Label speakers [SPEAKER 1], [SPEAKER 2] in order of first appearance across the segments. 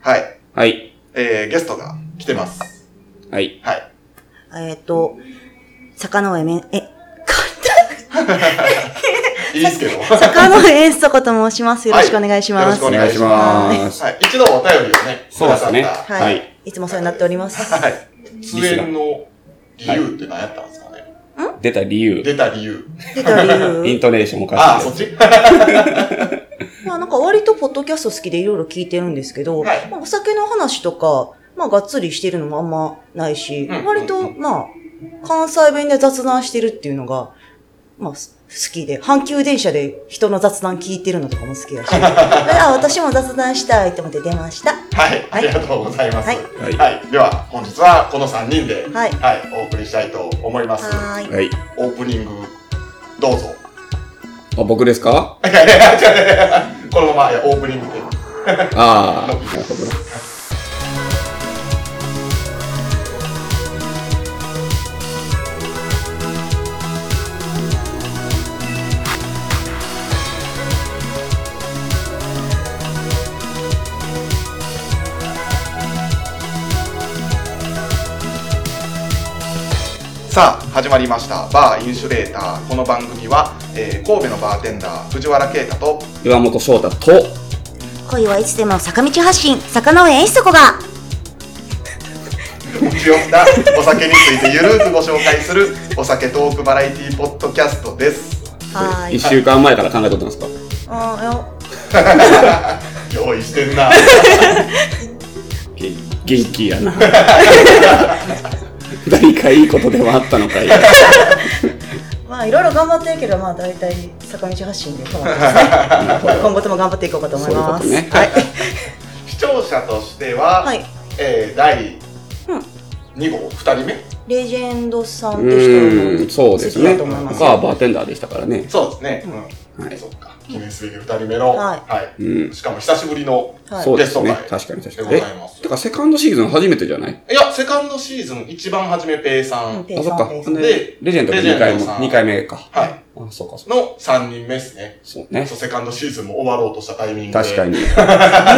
[SPEAKER 1] はい。
[SPEAKER 2] はい。
[SPEAKER 1] えー、ゲストが来てます。
[SPEAKER 2] はい。
[SPEAKER 1] はい。
[SPEAKER 3] えっ、と、坂上め、え、
[SPEAKER 1] いいですけど。
[SPEAKER 3] 坂上遠足と申します。よろしくお願いします。
[SPEAKER 1] はいよろしくお願いし
[SPEAKER 2] ま
[SPEAKER 3] は
[SPEAKER 2] す。
[SPEAKER 1] はい。一度お便りをね、
[SPEAKER 2] そうですね
[SPEAKER 1] くださっ
[SPEAKER 3] はい。
[SPEAKER 2] はい
[SPEAKER 3] い、つもお世話になっております。
[SPEAKER 1] たはい。出演の理由って何やったんですかね。
[SPEAKER 2] 出た理由。
[SPEAKER 1] 出た理由。
[SPEAKER 3] 出た
[SPEAKER 2] イ
[SPEAKER 3] 理
[SPEAKER 2] ン
[SPEAKER 3] 由。
[SPEAKER 2] トネーションお
[SPEAKER 1] あ
[SPEAKER 2] か
[SPEAKER 1] あ、
[SPEAKER 2] しい
[SPEAKER 1] そ
[SPEAKER 2] で
[SPEAKER 1] っ
[SPEAKER 2] す。
[SPEAKER 1] ち
[SPEAKER 3] まあなんか割とポッドキャスト好きでいろいろ聞いてるんですけど、
[SPEAKER 1] はい
[SPEAKER 3] まあお酒の話とか、まあがっつりしてるのもあんまないし、
[SPEAKER 1] うん
[SPEAKER 3] 割とまあ、関西弁で雑談してるっていうのが、まあす好きで、阪急電車で人の雑談聞いてるのとかも好 きだし、あ、私も雑談したいと思って出ました。
[SPEAKER 1] はい。ありがとうございます。
[SPEAKER 3] はい
[SPEAKER 1] は。
[SPEAKER 2] はいい
[SPEAKER 1] では、本日はこの3人で、
[SPEAKER 3] はい
[SPEAKER 1] はい。お送りしたいと思います。
[SPEAKER 3] はーい。
[SPEAKER 2] はい。
[SPEAKER 1] オープニング、どうぞ。
[SPEAKER 2] あ、僕ですか
[SPEAKER 1] いやいやいや違う違う違うこのまま、いやオープニングで。
[SPEAKER 2] ああ、なるほど。
[SPEAKER 1] さあ始まりましたバーインシュレーターこの番組は、えー神戸のバーテンダー藤原啓太と
[SPEAKER 2] 岩本翔太と、
[SPEAKER 3] 恋はいつでも坂道発進、坂上演出子が、
[SPEAKER 1] 持ち寄ったお酒についてゆるくご紹介するお酒トークバラエティポッドキャストです
[SPEAKER 3] はーい
[SPEAKER 2] 一。週間前から考えとったんですか
[SPEAKER 3] あーいや
[SPEAKER 1] 用意して んな
[SPEAKER 2] げ元気やな。何かいいことでもあったのかい。
[SPEAKER 3] まあいろいろ頑張ってるけど、まあ大体坂道発進で止まっ てますね。今後とも頑張っていこうかと思います。
[SPEAKER 2] そういうことね
[SPEAKER 3] はい。
[SPEAKER 1] 視聴者としては、
[SPEAKER 3] はい。
[SPEAKER 1] えー第
[SPEAKER 3] うん
[SPEAKER 1] 2号2人目
[SPEAKER 3] レジェンドさん
[SPEAKER 2] う
[SPEAKER 3] って人
[SPEAKER 2] ーん、そうです
[SPEAKER 3] 好き
[SPEAKER 2] ね。
[SPEAKER 3] だと思います
[SPEAKER 2] 他はバーテンダーでしたからね。
[SPEAKER 1] そうですね、うん
[SPEAKER 2] はい
[SPEAKER 1] そっか記念すべき2人目の、
[SPEAKER 3] はい
[SPEAKER 2] うん。
[SPEAKER 1] しかも久しぶりの
[SPEAKER 3] はい
[SPEAKER 2] そうです
[SPEAKER 1] ゲ
[SPEAKER 2] ね
[SPEAKER 1] ス。ト会
[SPEAKER 2] 確かに確
[SPEAKER 1] で
[SPEAKER 2] か
[SPEAKER 1] ご
[SPEAKER 2] に。
[SPEAKER 1] ざ
[SPEAKER 2] え
[SPEAKER 1] います、
[SPEAKER 2] てかセカンドシーズン初めてじゃない
[SPEAKER 1] いやセカンドシーズン一番初めペイさん、
[SPEAKER 3] うんペ
[SPEAKER 2] あ、そっか。
[SPEAKER 3] ペイさん
[SPEAKER 1] で
[SPEAKER 2] で、レジェンドが2
[SPEAKER 1] レ
[SPEAKER 2] 回
[SPEAKER 1] ジェンド
[SPEAKER 2] も
[SPEAKER 1] さん
[SPEAKER 2] 二回目か。
[SPEAKER 1] はい
[SPEAKER 2] あ、そうか、そうか
[SPEAKER 1] の3人目ですね
[SPEAKER 2] そうね
[SPEAKER 1] そ。うセカンドシーズンも終わろうとしたタイミングで
[SPEAKER 2] 確かに。
[SPEAKER 3] 流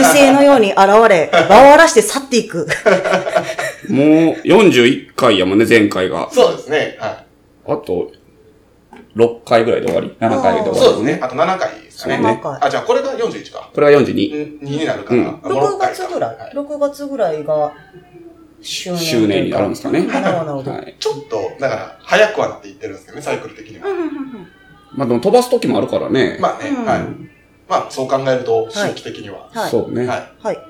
[SPEAKER 3] 星のように現れ、場を荒らして去っていく。
[SPEAKER 2] もう41回やもんね、前回が。
[SPEAKER 1] そうですね。はい。
[SPEAKER 2] あと、6回ぐらいで終わり。7回で終わ
[SPEAKER 1] そう
[SPEAKER 2] り
[SPEAKER 1] です
[SPEAKER 2] ね
[SPEAKER 1] ね。。あと7回ですかね。
[SPEAKER 2] そうね
[SPEAKER 1] あ、じゃあこれが41か。
[SPEAKER 2] これは
[SPEAKER 1] 2
[SPEAKER 2] 42。
[SPEAKER 1] になるから。
[SPEAKER 2] うん
[SPEAKER 1] あもう
[SPEAKER 3] 6
[SPEAKER 1] 六回か
[SPEAKER 3] 月ぐら、
[SPEAKER 1] はい
[SPEAKER 3] 6月ぐらいが周年というか。
[SPEAKER 2] 周年になるんですかね。
[SPEAKER 3] なるほど、なるほど。
[SPEAKER 2] はい。
[SPEAKER 1] ちょっと、だから、早くはなっていってるんですけどね、サイクル的には。
[SPEAKER 2] まあでも飛ばす時もあるからね。
[SPEAKER 1] まあね、
[SPEAKER 3] うん
[SPEAKER 1] はい。まあ、そう考えると、周期的には。
[SPEAKER 3] はい。
[SPEAKER 2] そうね。
[SPEAKER 1] は。
[SPEAKER 2] はい
[SPEAKER 3] はい。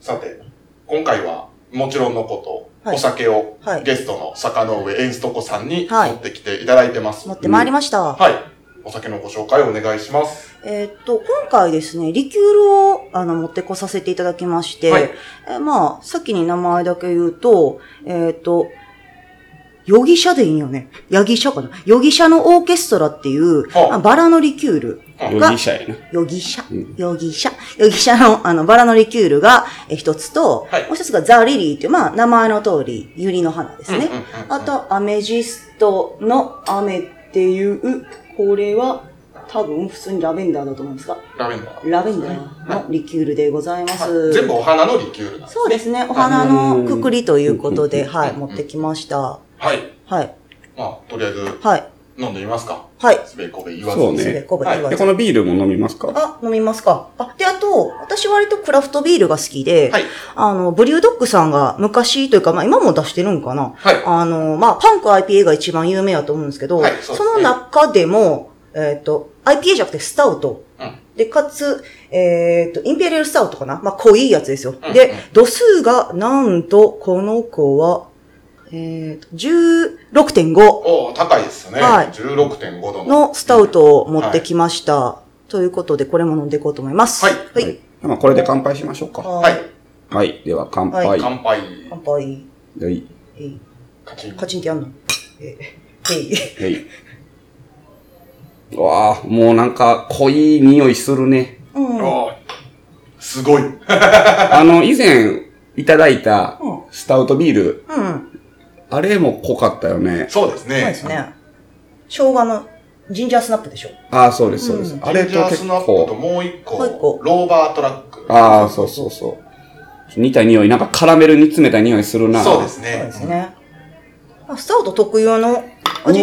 [SPEAKER 1] さて、今回は、もちろんのこと、
[SPEAKER 3] はい
[SPEAKER 1] お酒を
[SPEAKER 3] はい
[SPEAKER 1] ゲストの坂の上エンストコさんに持
[SPEAKER 3] はい
[SPEAKER 1] ってきていただいてます。
[SPEAKER 3] 持
[SPEAKER 1] は
[SPEAKER 3] ってまいりました。
[SPEAKER 1] い。お酒のご紹介をお願いします。
[SPEAKER 3] えーっと、今回ですね、リキュールをあの持ってこさせていただきまして、
[SPEAKER 1] はい
[SPEAKER 3] えーまあ、さっきに名前だけ言うと、えーっと、ヨギシャでいいんよね。ヤギシャかな。ヨギシャのオーケストラっていう、
[SPEAKER 1] はあ
[SPEAKER 3] まあバラのリキュール。
[SPEAKER 1] い
[SPEAKER 2] 容疑者やな。
[SPEAKER 3] ヨギシ
[SPEAKER 2] う
[SPEAKER 3] ャ、ヨギシャ、ヨギシャのあのバラのリキュールがえー一つと、
[SPEAKER 1] はい
[SPEAKER 3] もう一つがザ・リリーっていう、まあ、名前の通り、ユリの花ですね。
[SPEAKER 1] うんうんうんうん
[SPEAKER 3] あと、アメジストの雨っていう、これは多分普通にラベンダーだと思うんですが、
[SPEAKER 1] ラベンダー。
[SPEAKER 3] ラベンダーのリキュールでございま
[SPEAKER 1] はい
[SPEAKER 3] す。
[SPEAKER 1] 全部お花のリキュールなんです
[SPEAKER 3] そうですね、お花のくくりということで、
[SPEAKER 2] うん
[SPEAKER 3] はい、
[SPEAKER 1] うん
[SPEAKER 3] 持ってきました。
[SPEAKER 1] はい。
[SPEAKER 3] はい、
[SPEAKER 1] まあ、とりあえず、
[SPEAKER 3] はい、飲
[SPEAKER 1] 飲んでみますか。
[SPEAKER 3] はい
[SPEAKER 1] すべこべ言わず
[SPEAKER 2] そう
[SPEAKER 1] に。
[SPEAKER 2] ね
[SPEAKER 3] すべこべ
[SPEAKER 1] はい
[SPEAKER 3] 言わ
[SPEAKER 2] で、
[SPEAKER 3] ず
[SPEAKER 2] このビールも飲みますか
[SPEAKER 3] あ、飲みますか。あ、で、あと、私割とクラフトビールが好きで、
[SPEAKER 1] はい。
[SPEAKER 3] あの、ブリュードッグさんが昔というか、まあ今も出してるんかな。
[SPEAKER 1] はい。
[SPEAKER 3] あの、まあ、パンク IPA が一番有名だと思うんですけど、
[SPEAKER 1] はいそうですね
[SPEAKER 3] の中でも、えっ、と、IPA じゃなくてスタウト。
[SPEAKER 1] うん
[SPEAKER 3] で、かつ、えっ、と、インペリアルスタウトかなまあ、濃いやつですよ。
[SPEAKER 1] うん
[SPEAKER 3] で、度数が、なんと、この子は、えっ、と、16.5
[SPEAKER 1] おー高いですね。
[SPEAKER 3] はい
[SPEAKER 1] 16.5度の。
[SPEAKER 3] のスタウトを持ってきました。ということで、これも飲んでいこうと思います。
[SPEAKER 1] はい
[SPEAKER 3] はい。。
[SPEAKER 2] まあこれで乾杯しましょうか。
[SPEAKER 3] は
[SPEAKER 1] はいい。
[SPEAKER 2] はい。では乾
[SPEAKER 3] は
[SPEAKER 2] 杯。
[SPEAKER 1] 乾杯。
[SPEAKER 3] 乾杯。
[SPEAKER 2] はい。
[SPEAKER 3] えい
[SPEAKER 1] カチン。
[SPEAKER 3] カチンってやんのえいえい。
[SPEAKER 2] はい。うわあ、もうなんか濃い匂いするね。
[SPEAKER 3] うん。うん。
[SPEAKER 1] おーすごい。
[SPEAKER 2] あの、以前いただいたスタウトビール、
[SPEAKER 3] そ
[SPEAKER 2] あれも濃かったよね。
[SPEAKER 1] そうです
[SPEAKER 3] う
[SPEAKER 1] ね。
[SPEAKER 3] ですね。生姜のジンジャースナップでしょ。
[SPEAKER 2] ああ、そうです、そうです。
[SPEAKER 3] う
[SPEAKER 2] あ
[SPEAKER 1] あ
[SPEAKER 2] れ
[SPEAKER 1] れジ
[SPEAKER 2] と
[SPEAKER 1] ャー
[SPEAKER 2] 結
[SPEAKER 1] スナップと
[SPEAKER 2] 構。
[SPEAKER 1] もう一個
[SPEAKER 3] もう一個
[SPEAKER 1] ローバートラック。
[SPEAKER 2] ああ、そうそうそう。似た匂い、なんかカラメル煮詰めた匂いするな。
[SPEAKER 1] そうです
[SPEAKER 3] そうで
[SPEAKER 1] ね。
[SPEAKER 3] すね。あスタート特有の味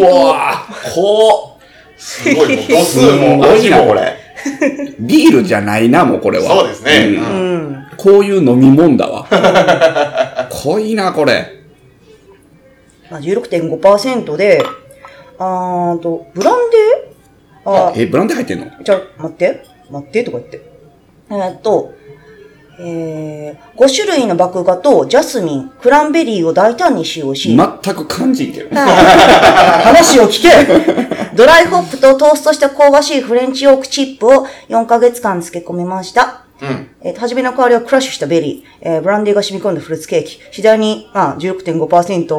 [SPEAKER 2] う
[SPEAKER 3] と、
[SPEAKER 2] わぁ、こ
[SPEAKER 1] すごい、もう度数も味
[SPEAKER 2] すごいな
[SPEAKER 1] も。
[SPEAKER 2] これう。ビールじゃないな、もうこれは。
[SPEAKER 1] そうですね。
[SPEAKER 2] うん
[SPEAKER 3] うん。
[SPEAKER 2] こういう飲み物だわ。濃いな、これ。
[SPEAKER 3] まあ、16.5%で、あーと、ブランデーあ
[SPEAKER 2] え、ブランデー入ってんの
[SPEAKER 3] じゃあ、待って、待って、とか言って。えーっと、えー、5種類の麦芽とジャスミン、クランベリーを大胆に使用し、
[SPEAKER 2] 全く感じんけど。
[SPEAKER 3] 話を聞けドライホップとトーストした香ばしいフレンチオークチップを4ヶ月間漬け込みました。
[SPEAKER 1] うん。
[SPEAKER 3] えー、初めの香りはクラッシュしたベリー、えーブランデーが染み込んだフルーツケーキ、次第に、まあ、16.5%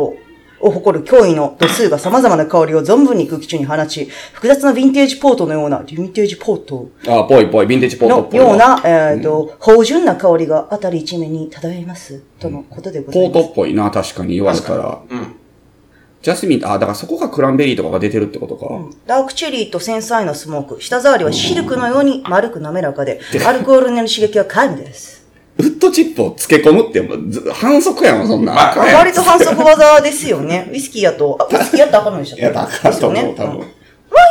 [SPEAKER 3] を誇る驚異の度数が様々な香りを存分に空気中に放ち、複雑なヴィンテージポートのような、ヴィンテージポート
[SPEAKER 2] あ、ぽいぽい、ヴィンテージポートっ
[SPEAKER 3] の
[SPEAKER 2] ぽいわ。
[SPEAKER 3] ような、えっ、と、芳醇な香りがあたり一面に漂います。とのことでござ
[SPEAKER 2] ポ
[SPEAKER 3] い
[SPEAKER 2] ー
[SPEAKER 3] ま
[SPEAKER 2] ト
[SPEAKER 3] す。
[SPEAKER 2] っぽいな、確かに言われたら。
[SPEAKER 1] うん。
[SPEAKER 2] ジャスミン、あ、だからそこがクランベリーとかが出てるってことか。
[SPEAKER 3] ダークチェリーと繊細なスモーク。舌触りはシルクのように丸く滑らかで、アルコールの刺激は皆無です。
[SPEAKER 2] ウッドチップを漬け込むって、もうず反則やん、そんなん。
[SPEAKER 1] まあ
[SPEAKER 2] あかんやん
[SPEAKER 3] 割と反則技ですよね。ウイスキーやと、あウイスキーやったらあかんのでしたっ
[SPEAKER 2] い
[SPEAKER 3] け
[SPEAKER 2] や、だからと思う、
[SPEAKER 3] です
[SPEAKER 2] 多
[SPEAKER 3] よね
[SPEAKER 2] 分。
[SPEAKER 3] ワ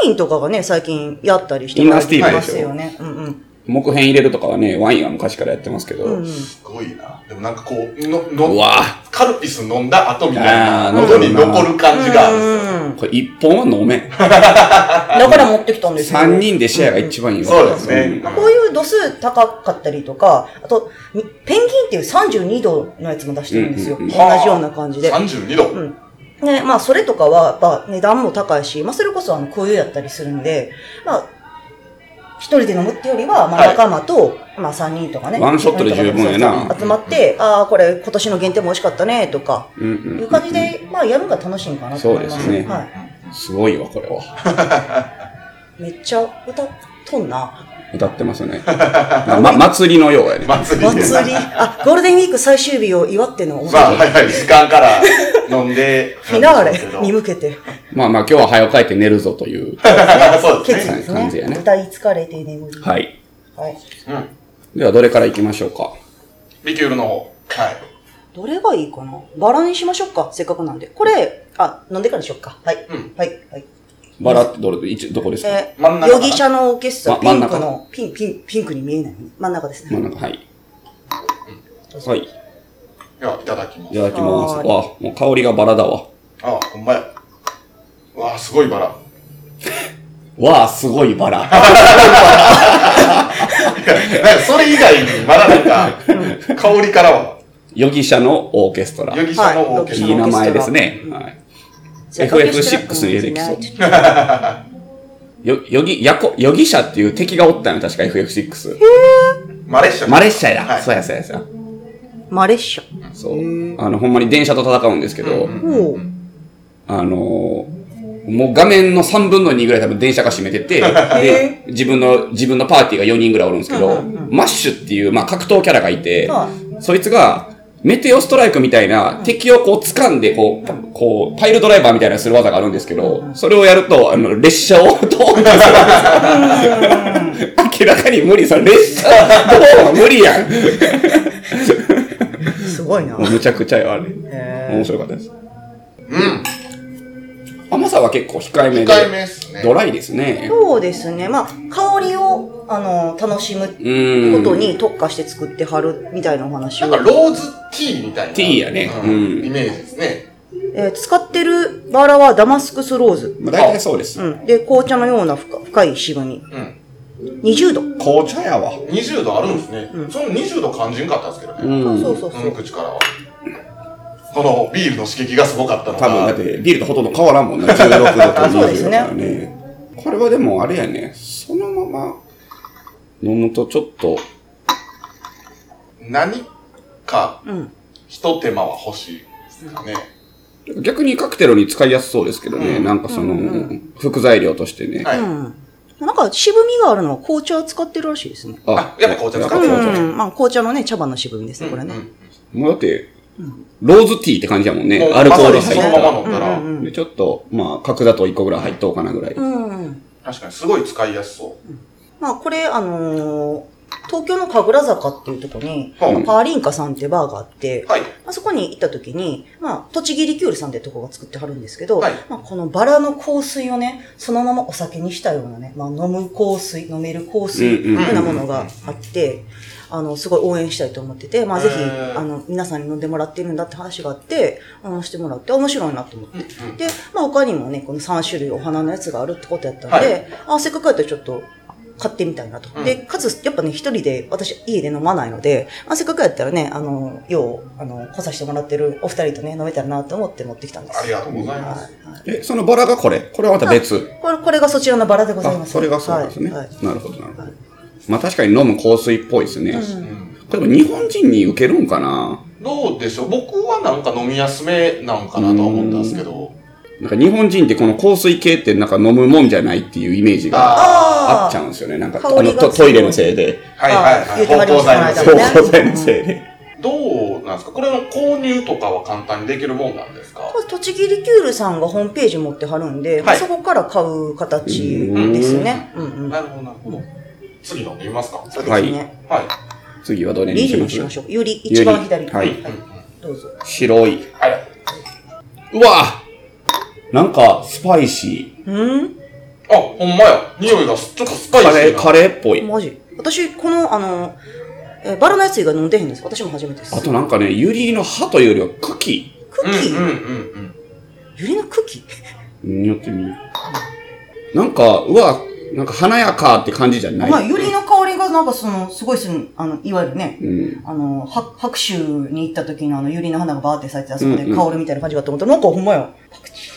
[SPEAKER 3] インとかがね、最近やったりして
[SPEAKER 2] インナーステ
[SPEAKER 1] ブ
[SPEAKER 2] ィー
[SPEAKER 1] で
[SPEAKER 2] しょ
[SPEAKER 3] ますよね。うんうん。
[SPEAKER 2] 木片入れるとかはね、ワインは昔からやってますけど。
[SPEAKER 3] うんうん。
[SPEAKER 1] すごいな。でもなんかこう、の、の、
[SPEAKER 2] うわぁ。
[SPEAKER 1] カルピス飲んだ後みたいな、
[SPEAKER 2] あー
[SPEAKER 1] 喉に
[SPEAKER 2] 残るな
[SPEAKER 1] 残る感じがあるんですよ。
[SPEAKER 3] うん
[SPEAKER 2] これ一本は飲めん。
[SPEAKER 3] だから持ってきたんですよ。
[SPEAKER 2] 三人でシェアが一番いいわ。
[SPEAKER 1] そうですね。
[SPEAKER 3] こういう度数高かったりとか、あと、ペンギンっていう32度のやつも出してるんですよ。
[SPEAKER 2] うんうんうん
[SPEAKER 3] 同じような感じで。
[SPEAKER 1] 32度。
[SPEAKER 3] ね、まあ、それとかは、やっぱ値段も高いし、まあ、それこそ、あの、こういうやったりするんで、まあ、一人で飲むってよりは、まあ、
[SPEAKER 1] はい
[SPEAKER 3] 仲間と、まあ、三人とかね。
[SPEAKER 2] ワンショットで十分やな
[SPEAKER 3] そうそう集まって、ああ、これ、今年の限定も美味しかったね、とか、
[SPEAKER 2] うん
[SPEAKER 3] い
[SPEAKER 2] うん
[SPEAKER 3] う感じで、まあ、やるのが楽しいんかなと思います。
[SPEAKER 2] そうですね
[SPEAKER 3] は
[SPEAKER 2] すごいわ、これは。
[SPEAKER 3] い。めっちゃ歌っとんな。
[SPEAKER 2] 歌ってます よね。ま、祭りのようやね。
[SPEAKER 1] 祭りで。
[SPEAKER 3] 祭り、あ、ゴールデンウィーク最終日を祝っての、
[SPEAKER 1] まあ、はいはい、時間から飲んで。
[SPEAKER 3] フィナー
[SPEAKER 1] なんですけど
[SPEAKER 3] レに向けて、
[SPEAKER 2] まあまあ、今日は早く帰って寝るぞ という。
[SPEAKER 1] そうで
[SPEAKER 3] 決
[SPEAKER 1] す
[SPEAKER 3] 意
[SPEAKER 1] ね。
[SPEAKER 3] です
[SPEAKER 2] 感じ
[SPEAKER 3] ね。
[SPEAKER 2] やね
[SPEAKER 3] 歌い疲れて眠る。
[SPEAKER 2] はい。
[SPEAKER 3] はい。
[SPEAKER 1] うん。
[SPEAKER 2] では、どれから行きましょうか。
[SPEAKER 1] リキュールの方。はい。
[SPEAKER 3] どれがいいかなバラにしましょうか。せっかくなんで。これ、あ、飲んでからにしようか。はい。
[SPEAKER 1] うん
[SPEAKER 3] はい。はい。
[SPEAKER 2] バラってどれ、一どこですか
[SPEAKER 3] え
[SPEAKER 1] 真ん中
[SPEAKER 3] ー、
[SPEAKER 1] かな
[SPEAKER 3] ヨギシャのオーケストラ、
[SPEAKER 2] ま
[SPEAKER 3] ピ
[SPEAKER 2] 真ん
[SPEAKER 3] ン
[SPEAKER 2] 中
[SPEAKER 3] クの、ピン、ピン、ピンクに見えない。真ん中です
[SPEAKER 2] 真
[SPEAKER 3] ね。
[SPEAKER 2] ん中、はい。
[SPEAKER 3] どうぞ
[SPEAKER 2] はい。い
[SPEAKER 1] では、いただきます
[SPEAKER 2] た。だきます。
[SPEAKER 3] は
[SPEAKER 2] わ
[SPEAKER 3] ーい、
[SPEAKER 2] もう香りがバラだわ。
[SPEAKER 1] あ、ほんまや。うわあ、すごいバラ。
[SPEAKER 2] わあ、すごいバラ。
[SPEAKER 1] なんかそれ以外に、まだなんか、香りからは、
[SPEAKER 2] ヨギシャのオーケストラ。
[SPEAKER 1] ヨ
[SPEAKER 2] い
[SPEAKER 1] ギシャのオーケスト
[SPEAKER 2] い
[SPEAKER 1] ラ。
[SPEAKER 2] 名前ですね。はい。FF6 に入れてきそう。よ、よぎ、やこ、よぎしゃっていう敵がおったよね、確か FF6。
[SPEAKER 1] マレッシャ。
[SPEAKER 2] マレッシャや。
[SPEAKER 1] はい
[SPEAKER 2] そうや、そうや、そう
[SPEAKER 3] マレッシャ。
[SPEAKER 2] や。そう。あの、ほんまに電車と戦うんですけど、
[SPEAKER 3] おう
[SPEAKER 2] あのーもう画面の3分の2ぐらい多分電車が閉めて て、で、自分の、自分のパーティーが4人ぐらいおるんですけど、マッシュっていう、まあ格闘キャラがいて
[SPEAKER 3] は、
[SPEAKER 2] そいつが、メテオストライクみたいな敵をこう掴んでこう、パこう、パイルドライバーみたいなのする技があるんですけど、それをやると、あの、列車をドーンって するんですよ明らかに無理さ、列車ドーンは無理やん。
[SPEAKER 3] すごいな。
[SPEAKER 2] もうむちゃくちゃよ、あれ。
[SPEAKER 3] へ
[SPEAKER 2] 面白かったです。
[SPEAKER 1] うん。
[SPEAKER 2] 甘さは結構控えめで、
[SPEAKER 1] 控えめっすね
[SPEAKER 2] ドライですね。
[SPEAKER 3] そうですね。まあ、香りを、あの、楽しむこ
[SPEAKER 2] うん。
[SPEAKER 3] とに特化して作ってはるみたいなお話
[SPEAKER 1] な
[SPEAKER 3] を
[SPEAKER 1] んか、。ローズティーみたいな。
[SPEAKER 2] ティーやね
[SPEAKER 1] う
[SPEAKER 2] うん
[SPEAKER 1] ん。イメージですね。
[SPEAKER 3] えー使ってるバラはダマスクスローズ。
[SPEAKER 2] まあ、大体そうです。
[SPEAKER 3] うん。で、紅茶のような深深い渋み。
[SPEAKER 1] うん。
[SPEAKER 3] 20度。
[SPEAKER 2] 紅茶やわ。
[SPEAKER 1] 20度あるんですね。その20度感じんかったんですけどね。
[SPEAKER 2] うん。
[SPEAKER 3] そうそうそう
[SPEAKER 1] うん、。口からは。このビールの刺激がすごかったの
[SPEAKER 2] 多分
[SPEAKER 1] が
[SPEAKER 2] だっ、てビールとほとんど変わらんもんな、16度と20
[SPEAKER 3] そうです
[SPEAKER 2] 度
[SPEAKER 3] ね
[SPEAKER 2] だからね。これはでもあれやね、そのまま飲むとちょっと、
[SPEAKER 1] 何か
[SPEAKER 3] うん。
[SPEAKER 1] 一手間は欲しいですかね。
[SPEAKER 2] 逆にカクテルに使いやすそうですけどね、
[SPEAKER 1] うん
[SPEAKER 2] なんかその、
[SPEAKER 3] うんう
[SPEAKER 2] 副材料としてね。
[SPEAKER 1] はい。
[SPEAKER 3] うん。なんか渋みがあるのは紅茶を使ってるらしいですね。
[SPEAKER 1] あやっぱ紅茶
[SPEAKER 2] や
[SPEAKER 1] 使
[SPEAKER 2] っ
[SPEAKER 1] っ
[SPEAKER 2] ぱ
[SPEAKER 1] て
[SPEAKER 3] う
[SPEAKER 1] る
[SPEAKER 2] 紅茶
[SPEAKER 3] ん。まあ紅茶のね、茶葉の渋みですね、これね。
[SPEAKER 2] もうだって、ローズティーって感じやもんね
[SPEAKER 1] も。う
[SPEAKER 2] アルコール入
[SPEAKER 1] まさにそのまま飲ん
[SPEAKER 2] っ
[SPEAKER 1] だら、
[SPEAKER 2] た。で、ちょっと、まあ、角砂糖1個ぐらい入っとうかなぐらい。
[SPEAKER 3] うん。
[SPEAKER 1] 確かにすごい使いやすそう。
[SPEAKER 3] まあこれ、あのー東京の神楽坂っていうとこに、
[SPEAKER 1] うん
[SPEAKER 3] パーリンカさんっていうバーがあって、
[SPEAKER 1] はい。
[SPEAKER 3] まあ、そこに行った時に、まあ、栃木リキュールさんってとこが作ってはるんですけど、
[SPEAKER 1] はい
[SPEAKER 3] まあ、このバラの香水をね、そのままお酒にしたようなね、まあ、飲む香水、飲める香水、
[SPEAKER 2] うんうん
[SPEAKER 3] みたいなものがあって、あの、すごい応援したいと思ってて、まあ、ぜひ
[SPEAKER 1] へ、ー
[SPEAKER 3] あの、皆さんに飲んでもらってるんだって話があって、あの、してもらって面白いなと思って。で、まあ、他にもね、この3種類お花のやつがあるってことやったんで、
[SPEAKER 1] は
[SPEAKER 3] あ、せっかくやったらちょっと、買ってみたいなと。
[SPEAKER 1] うん
[SPEAKER 3] で、かつ、やっぱね、一人で、私、家で飲まないので、まあ、せっかくやったらね、あの、よう、あの、来させてもらってるお二人とね、飲めたらなと思って持ってきたんです。
[SPEAKER 1] ありがとうございます。
[SPEAKER 3] はいはい
[SPEAKER 2] え、そのバラがこれこれはまた別。
[SPEAKER 3] これ、これがそちらのバラでございま
[SPEAKER 2] あ、
[SPEAKER 3] す。
[SPEAKER 2] それがそうなんですね。
[SPEAKER 3] はい。はい
[SPEAKER 2] なるほど、なるほど。まあ確かに飲む香水っぽいですね。
[SPEAKER 1] う
[SPEAKER 3] うん
[SPEAKER 1] ん
[SPEAKER 2] これでも日本人に受けるんかな
[SPEAKER 1] どうでしょう僕はなんか飲みやすめなんかなとは思ったんですけど。
[SPEAKER 2] なんか日本人ってこの香水系ってなんか飲むもんじゃないっていうイメージがあっちゃうんですよね。なんか
[SPEAKER 3] 香
[SPEAKER 2] あ
[SPEAKER 3] り
[SPEAKER 2] のト
[SPEAKER 3] が
[SPEAKER 2] トイレのせいで。
[SPEAKER 1] はいはいはい。
[SPEAKER 3] あ言ってはりましたね
[SPEAKER 1] 方向剤のせい
[SPEAKER 2] そう香水
[SPEAKER 3] だからね
[SPEAKER 2] のせいで。
[SPEAKER 1] どうなんですかこれの購入とかは簡単にできるもんなんですか
[SPEAKER 3] これ栃木リキュールさんがホームページ持ってはるんで、まあ
[SPEAKER 1] はい
[SPEAKER 3] そこから買う形ですね。うんうん。
[SPEAKER 1] なるほど、なるほど。次飲んでみますか
[SPEAKER 3] そうですね。
[SPEAKER 1] はい。
[SPEAKER 2] 次はどれに
[SPEAKER 3] リ
[SPEAKER 2] し
[SPEAKER 3] リ
[SPEAKER 2] ま
[SPEAKER 3] に
[SPEAKER 2] す
[SPEAKER 3] しましょう。より、一番左。
[SPEAKER 2] はい。
[SPEAKER 3] どうぞ。
[SPEAKER 2] 白い。
[SPEAKER 1] はい。
[SPEAKER 2] うわなんか、スパイシー。
[SPEAKER 3] うん
[SPEAKER 1] あ、ほんまや。匂いがすちょっとスパイシ
[SPEAKER 2] カレ
[SPEAKER 1] ー
[SPEAKER 2] ー、
[SPEAKER 1] な。
[SPEAKER 2] カレーっぽい。
[SPEAKER 3] マジ私、この、あの、えーバラのやつ以外飲んでへんです。私も初めてです。
[SPEAKER 2] あとなんかね、ユリの葉というよりは茎
[SPEAKER 3] クッキー、
[SPEAKER 1] うんうんうんうん。
[SPEAKER 3] ゆりのクッキー
[SPEAKER 2] によってみる。なんか、うわなんか華やかって感じじゃない。
[SPEAKER 3] まあ、ゆりの香りがなんかその、すごいする、あの、いわゆるね、
[SPEAKER 2] うん。
[SPEAKER 3] あの、は白州に行った時のあの、ゆりの花がバーって咲いてあそこで
[SPEAKER 2] うんうん
[SPEAKER 3] 香るみたいな感じがと思ったら、なんかほんまや。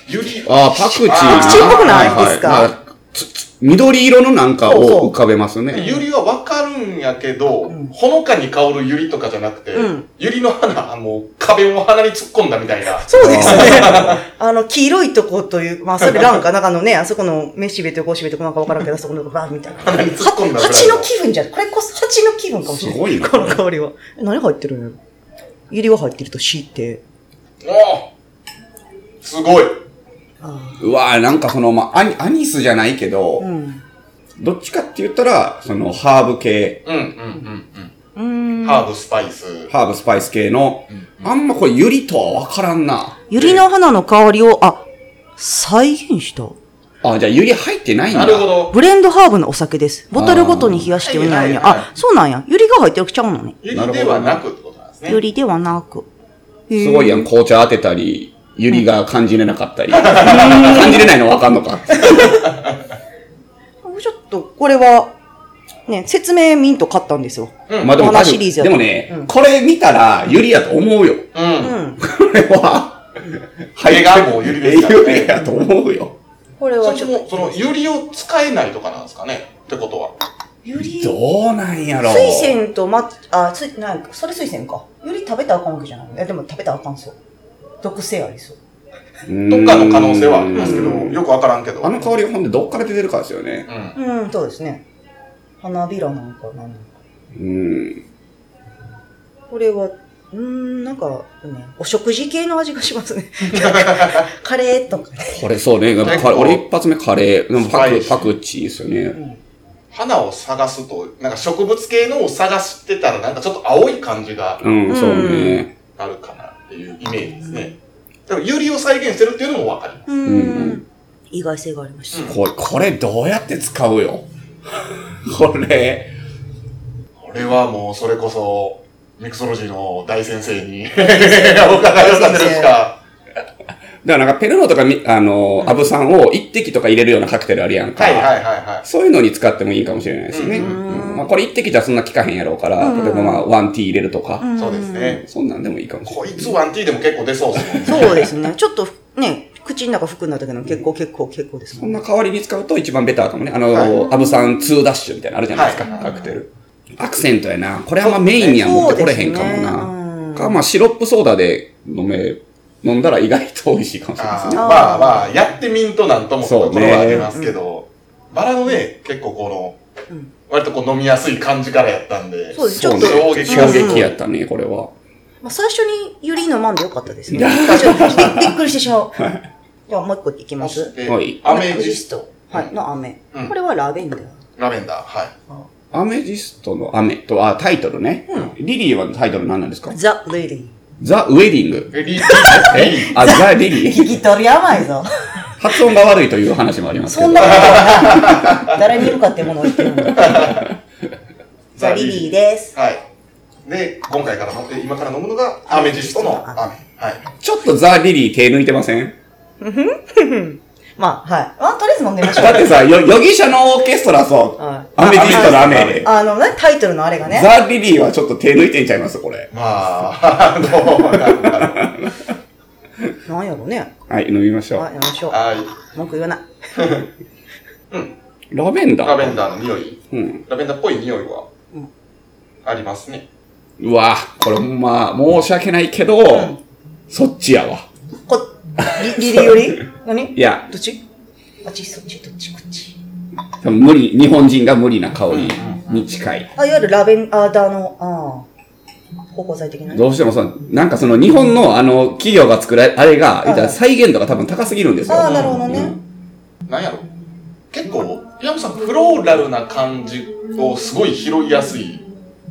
[SPEAKER 1] ゆり、
[SPEAKER 2] あーパクチーな。
[SPEAKER 1] パクチーっぽくない
[SPEAKER 3] ですか
[SPEAKER 2] はいはいまあつつ緑色のなんか
[SPEAKER 3] そうそ
[SPEAKER 2] を浮
[SPEAKER 3] う
[SPEAKER 2] かべますね。
[SPEAKER 1] ゆりはわかるんやけど、
[SPEAKER 3] うん
[SPEAKER 1] ほのかに香るゆりとかじゃなくて、
[SPEAKER 3] うん
[SPEAKER 1] ゆりの花、あの、壁を鼻に突っ込んだみたいな。
[SPEAKER 3] そうですね。 あの、黄色いとこという、まあ、それランか、中のね、あそこの、目しべとこうしべとこなんかわからんけど、あそこのバーみたいな。
[SPEAKER 1] 鼻に突っ込んだぐらいの
[SPEAKER 3] 蜂の気分じゃん。これこそ蜂の気分かもしれない。
[SPEAKER 2] すごいな
[SPEAKER 3] この香りは。え何入ってるのよ。ゆりは入ってると強いて。
[SPEAKER 1] おーすごい。
[SPEAKER 2] うわーなんかその、まあ、アニアニスじゃないけど、
[SPEAKER 3] うん。
[SPEAKER 2] どっちかって言ったら、その、ハーブ系、
[SPEAKER 1] うんうんうん
[SPEAKER 3] う
[SPEAKER 1] うんん。ハーブスパイス。
[SPEAKER 2] ハーブスパイス系の、あんまこれ、ユリとはわからんな。
[SPEAKER 3] ゆりの花の香りを、あ、再現した。
[SPEAKER 2] あ、じゃあ、ユリ入ってないんだ。
[SPEAKER 1] なるほ。ど。
[SPEAKER 3] ブレンドハーブのお酒です。ボトルごとに冷やしておるのに。
[SPEAKER 1] あーはいはいはい
[SPEAKER 3] あ、そうなんや。ゆりが入ってるちゃうのね。
[SPEAKER 1] ゆりではなくってことなんですね。
[SPEAKER 3] ゆりではなく。
[SPEAKER 2] すごいやん、紅茶当てたり、ユリが感じれなか ったり。感じれないのわかんのか。
[SPEAKER 3] ちょっと、これは、ね、説明ミント買ったんですよ。
[SPEAKER 1] うん
[SPEAKER 2] まあでも
[SPEAKER 3] お花
[SPEAKER 2] 多
[SPEAKER 3] シリーズ
[SPEAKER 2] 分、
[SPEAKER 3] や
[SPEAKER 2] で
[SPEAKER 3] と
[SPEAKER 2] もね、
[SPEAKER 3] うん
[SPEAKER 2] これ見たら、ユリやと思 うよ。
[SPEAKER 1] うん
[SPEAKER 3] う。ん。
[SPEAKER 2] これは、
[SPEAKER 1] 絵がもうユリですからね
[SPEAKER 2] ユリやと思うよ。
[SPEAKER 3] これ
[SPEAKER 1] そ
[SPEAKER 3] は
[SPEAKER 1] も
[SPEAKER 3] ち
[SPEAKER 1] そ
[SPEAKER 3] ょっ
[SPEAKER 1] も、
[SPEAKER 3] と。
[SPEAKER 1] その、ゆりを使えないとかなんですかねってことは。
[SPEAKER 3] ゆり、水
[SPEAKER 2] どうなんやろ
[SPEAKER 3] 仙とま、あ、つい、なんか、それ水仙か。ゆり食べたらあかんわけじゃない。え、でも食べたらあかんそう。毒性ありそう。
[SPEAKER 2] ど
[SPEAKER 1] どっかの可能性はありますけど、
[SPEAKER 2] うん
[SPEAKER 1] よくわからんけど。
[SPEAKER 2] あの香りはほんでどっから出てるかですよね。
[SPEAKER 1] うん。
[SPEAKER 3] うん、そうですね。花びらなんかなんなのか。
[SPEAKER 2] うん。
[SPEAKER 3] これは、うーん、なんか、ね、お食事系の味がしますね。カレーとかね。
[SPEAKER 2] これそうね。
[SPEAKER 1] 結
[SPEAKER 2] カ
[SPEAKER 1] 構
[SPEAKER 2] レー俺一発目カレー。でもパ
[SPEAKER 1] スパイ
[SPEAKER 2] ク
[SPEAKER 1] シー
[SPEAKER 2] パクチーですよね。
[SPEAKER 1] 花を探すと、なんか植物系のを探してたら、なんかちょっと青い感じが
[SPEAKER 2] うん、そうね。
[SPEAKER 1] あるかなっていうイメージですね。でも、ゆりを再現してるっていうのもわかります。
[SPEAKER 3] う。
[SPEAKER 2] うん
[SPEAKER 3] 意外性がありました。
[SPEAKER 2] これ、これどうやって使うよ。 これ。
[SPEAKER 1] これはもう、それこそ、ミクソロジーの大先生 に、お伺いをさせるしか。
[SPEAKER 2] だからなんかペルノとかみ、あの、アブ酸を一滴とか入れるようなカクテルあるやんか。
[SPEAKER 1] はいはいはいは
[SPEAKER 2] そういうのに使ってもいいかもしれないですね。
[SPEAKER 1] う
[SPEAKER 2] うんまあこれ一滴じゃそんな効かへんやろうから、
[SPEAKER 3] うん
[SPEAKER 2] 例えばまあワンティー入れるとか、
[SPEAKER 1] い。そうですね。
[SPEAKER 2] そんなんでもいいかもしれ
[SPEAKER 1] こ
[SPEAKER 2] ない。
[SPEAKER 1] いつワンティーでも結構出そう ですね。
[SPEAKER 3] そうですね。ちょっと、ね、口の中服になったけど、結構結構結構です
[SPEAKER 2] そ
[SPEAKER 3] も
[SPEAKER 2] ん
[SPEAKER 3] んね。
[SPEAKER 2] な代わりに使うと一番ベターかもね。あの、
[SPEAKER 1] は
[SPEAKER 2] アブさん2ダッシュみたいなのあるじゃないですか、
[SPEAKER 1] はい
[SPEAKER 2] カクテル。アクセントやな。これあんまメインには持ってこれへんかもな。
[SPEAKER 3] そうですねうん
[SPEAKER 2] か、まあシロップソーダで飲め、飲んだら意外と美味しいかもしれないです
[SPEAKER 1] あー
[SPEAKER 2] ね。
[SPEAKER 1] まあまあ、やってみんとなんともってところはありますけど、バラのね、結構こ
[SPEAKER 3] う
[SPEAKER 1] の
[SPEAKER 3] ん、
[SPEAKER 1] 割とこう飲みやすい感じからやったんで、
[SPEAKER 3] そうです。ち
[SPEAKER 2] そ
[SPEAKER 3] ょ
[SPEAKER 2] う
[SPEAKER 3] っ
[SPEAKER 2] ね
[SPEAKER 3] と、
[SPEAKER 1] 衝撃
[SPEAKER 2] 衝撃やったね、これは。
[SPEAKER 3] まあ、最初にユリのマンでよかったですね。ちょっとびびっくりしてしまう。では、もう一個いきま
[SPEAKER 1] そし
[SPEAKER 3] す。
[SPEAKER 1] て、
[SPEAKER 2] はい
[SPEAKER 1] アメジスト、
[SPEAKER 3] はい、の飴
[SPEAKER 1] うん。
[SPEAKER 3] これはラベンダー。
[SPEAKER 1] ラベンダー、はい。
[SPEAKER 2] アメジストの雨とはタイトルね。リリーはタイトル何なんですか
[SPEAKER 3] ザ・レイディン。
[SPEAKER 2] ザ・ウェディング。
[SPEAKER 1] え、リリ
[SPEAKER 2] えあ、ザ・リリー。
[SPEAKER 3] 聞き取り甘いぞ。
[SPEAKER 2] 発音が悪いという話もありますけ
[SPEAKER 3] そ
[SPEAKER 2] ど
[SPEAKER 3] ん。なことない。誰にいるかってものを言ってるの。ザ・リリーです。
[SPEAKER 1] はい。で、今回からの、え今から飲むのが、アメジストの雨。はい。
[SPEAKER 2] ちょっとザ・リリー手抜いてません
[SPEAKER 3] まあ、はい。まあ、とりあえず飲んでみましょ
[SPEAKER 2] だっ
[SPEAKER 3] う。
[SPEAKER 2] てさ、よヨギ社のオーケストラそう
[SPEAKER 3] はい。
[SPEAKER 2] アメジストの雨で。
[SPEAKER 3] あのね、タイトルのあれがね。
[SPEAKER 2] ザ・リリーはちょっと手抜いてんちゃいますこれ。
[SPEAKER 1] まあ、あの、なんだろう。
[SPEAKER 3] なんやろね。
[SPEAKER 2] はい、飲みましょ
[SPEAKER 3] あ、
[SPEAKER 2] う。
[SPEAKER 3] やめましょう。
[SPEAKER 1] はい。
[SPEAKER 3] 文句言わない。
[SPEAKER 2] ラベンダー。
[SPEAKER 1] ラベンダーの匂い。
[SPEAKER 2] うん。
[SPEAKER 1] ラベンダーっぽい匂いは、ありますね。
[SPEAKER 2] うわこれほんま、申し訳ないけど、そっちやわ。
[SPEAKER 3] こ、リリリより何
[SPEAKER 2] いや、
[SPEAKER 3] どっちあっち、そっち、どっち、こっち。
[SPEAKER 2] 多分無理、日本人が無理な香りに近い。
[SPEAKER 3] あ、いわゆるラベンダーの、ああ、芳香剤的なね。
[SPEAKER 2] どうしてもさ、なんかその日本のあの企業が作られ、あれが、言ったら再現度が多分高すぎるんですよ。
[SPEAKER 3] ああ、なるほどね。
[SPEAKER 1] なんやろ結構、山本さん、フローラルな感じをすごい拾いやすい、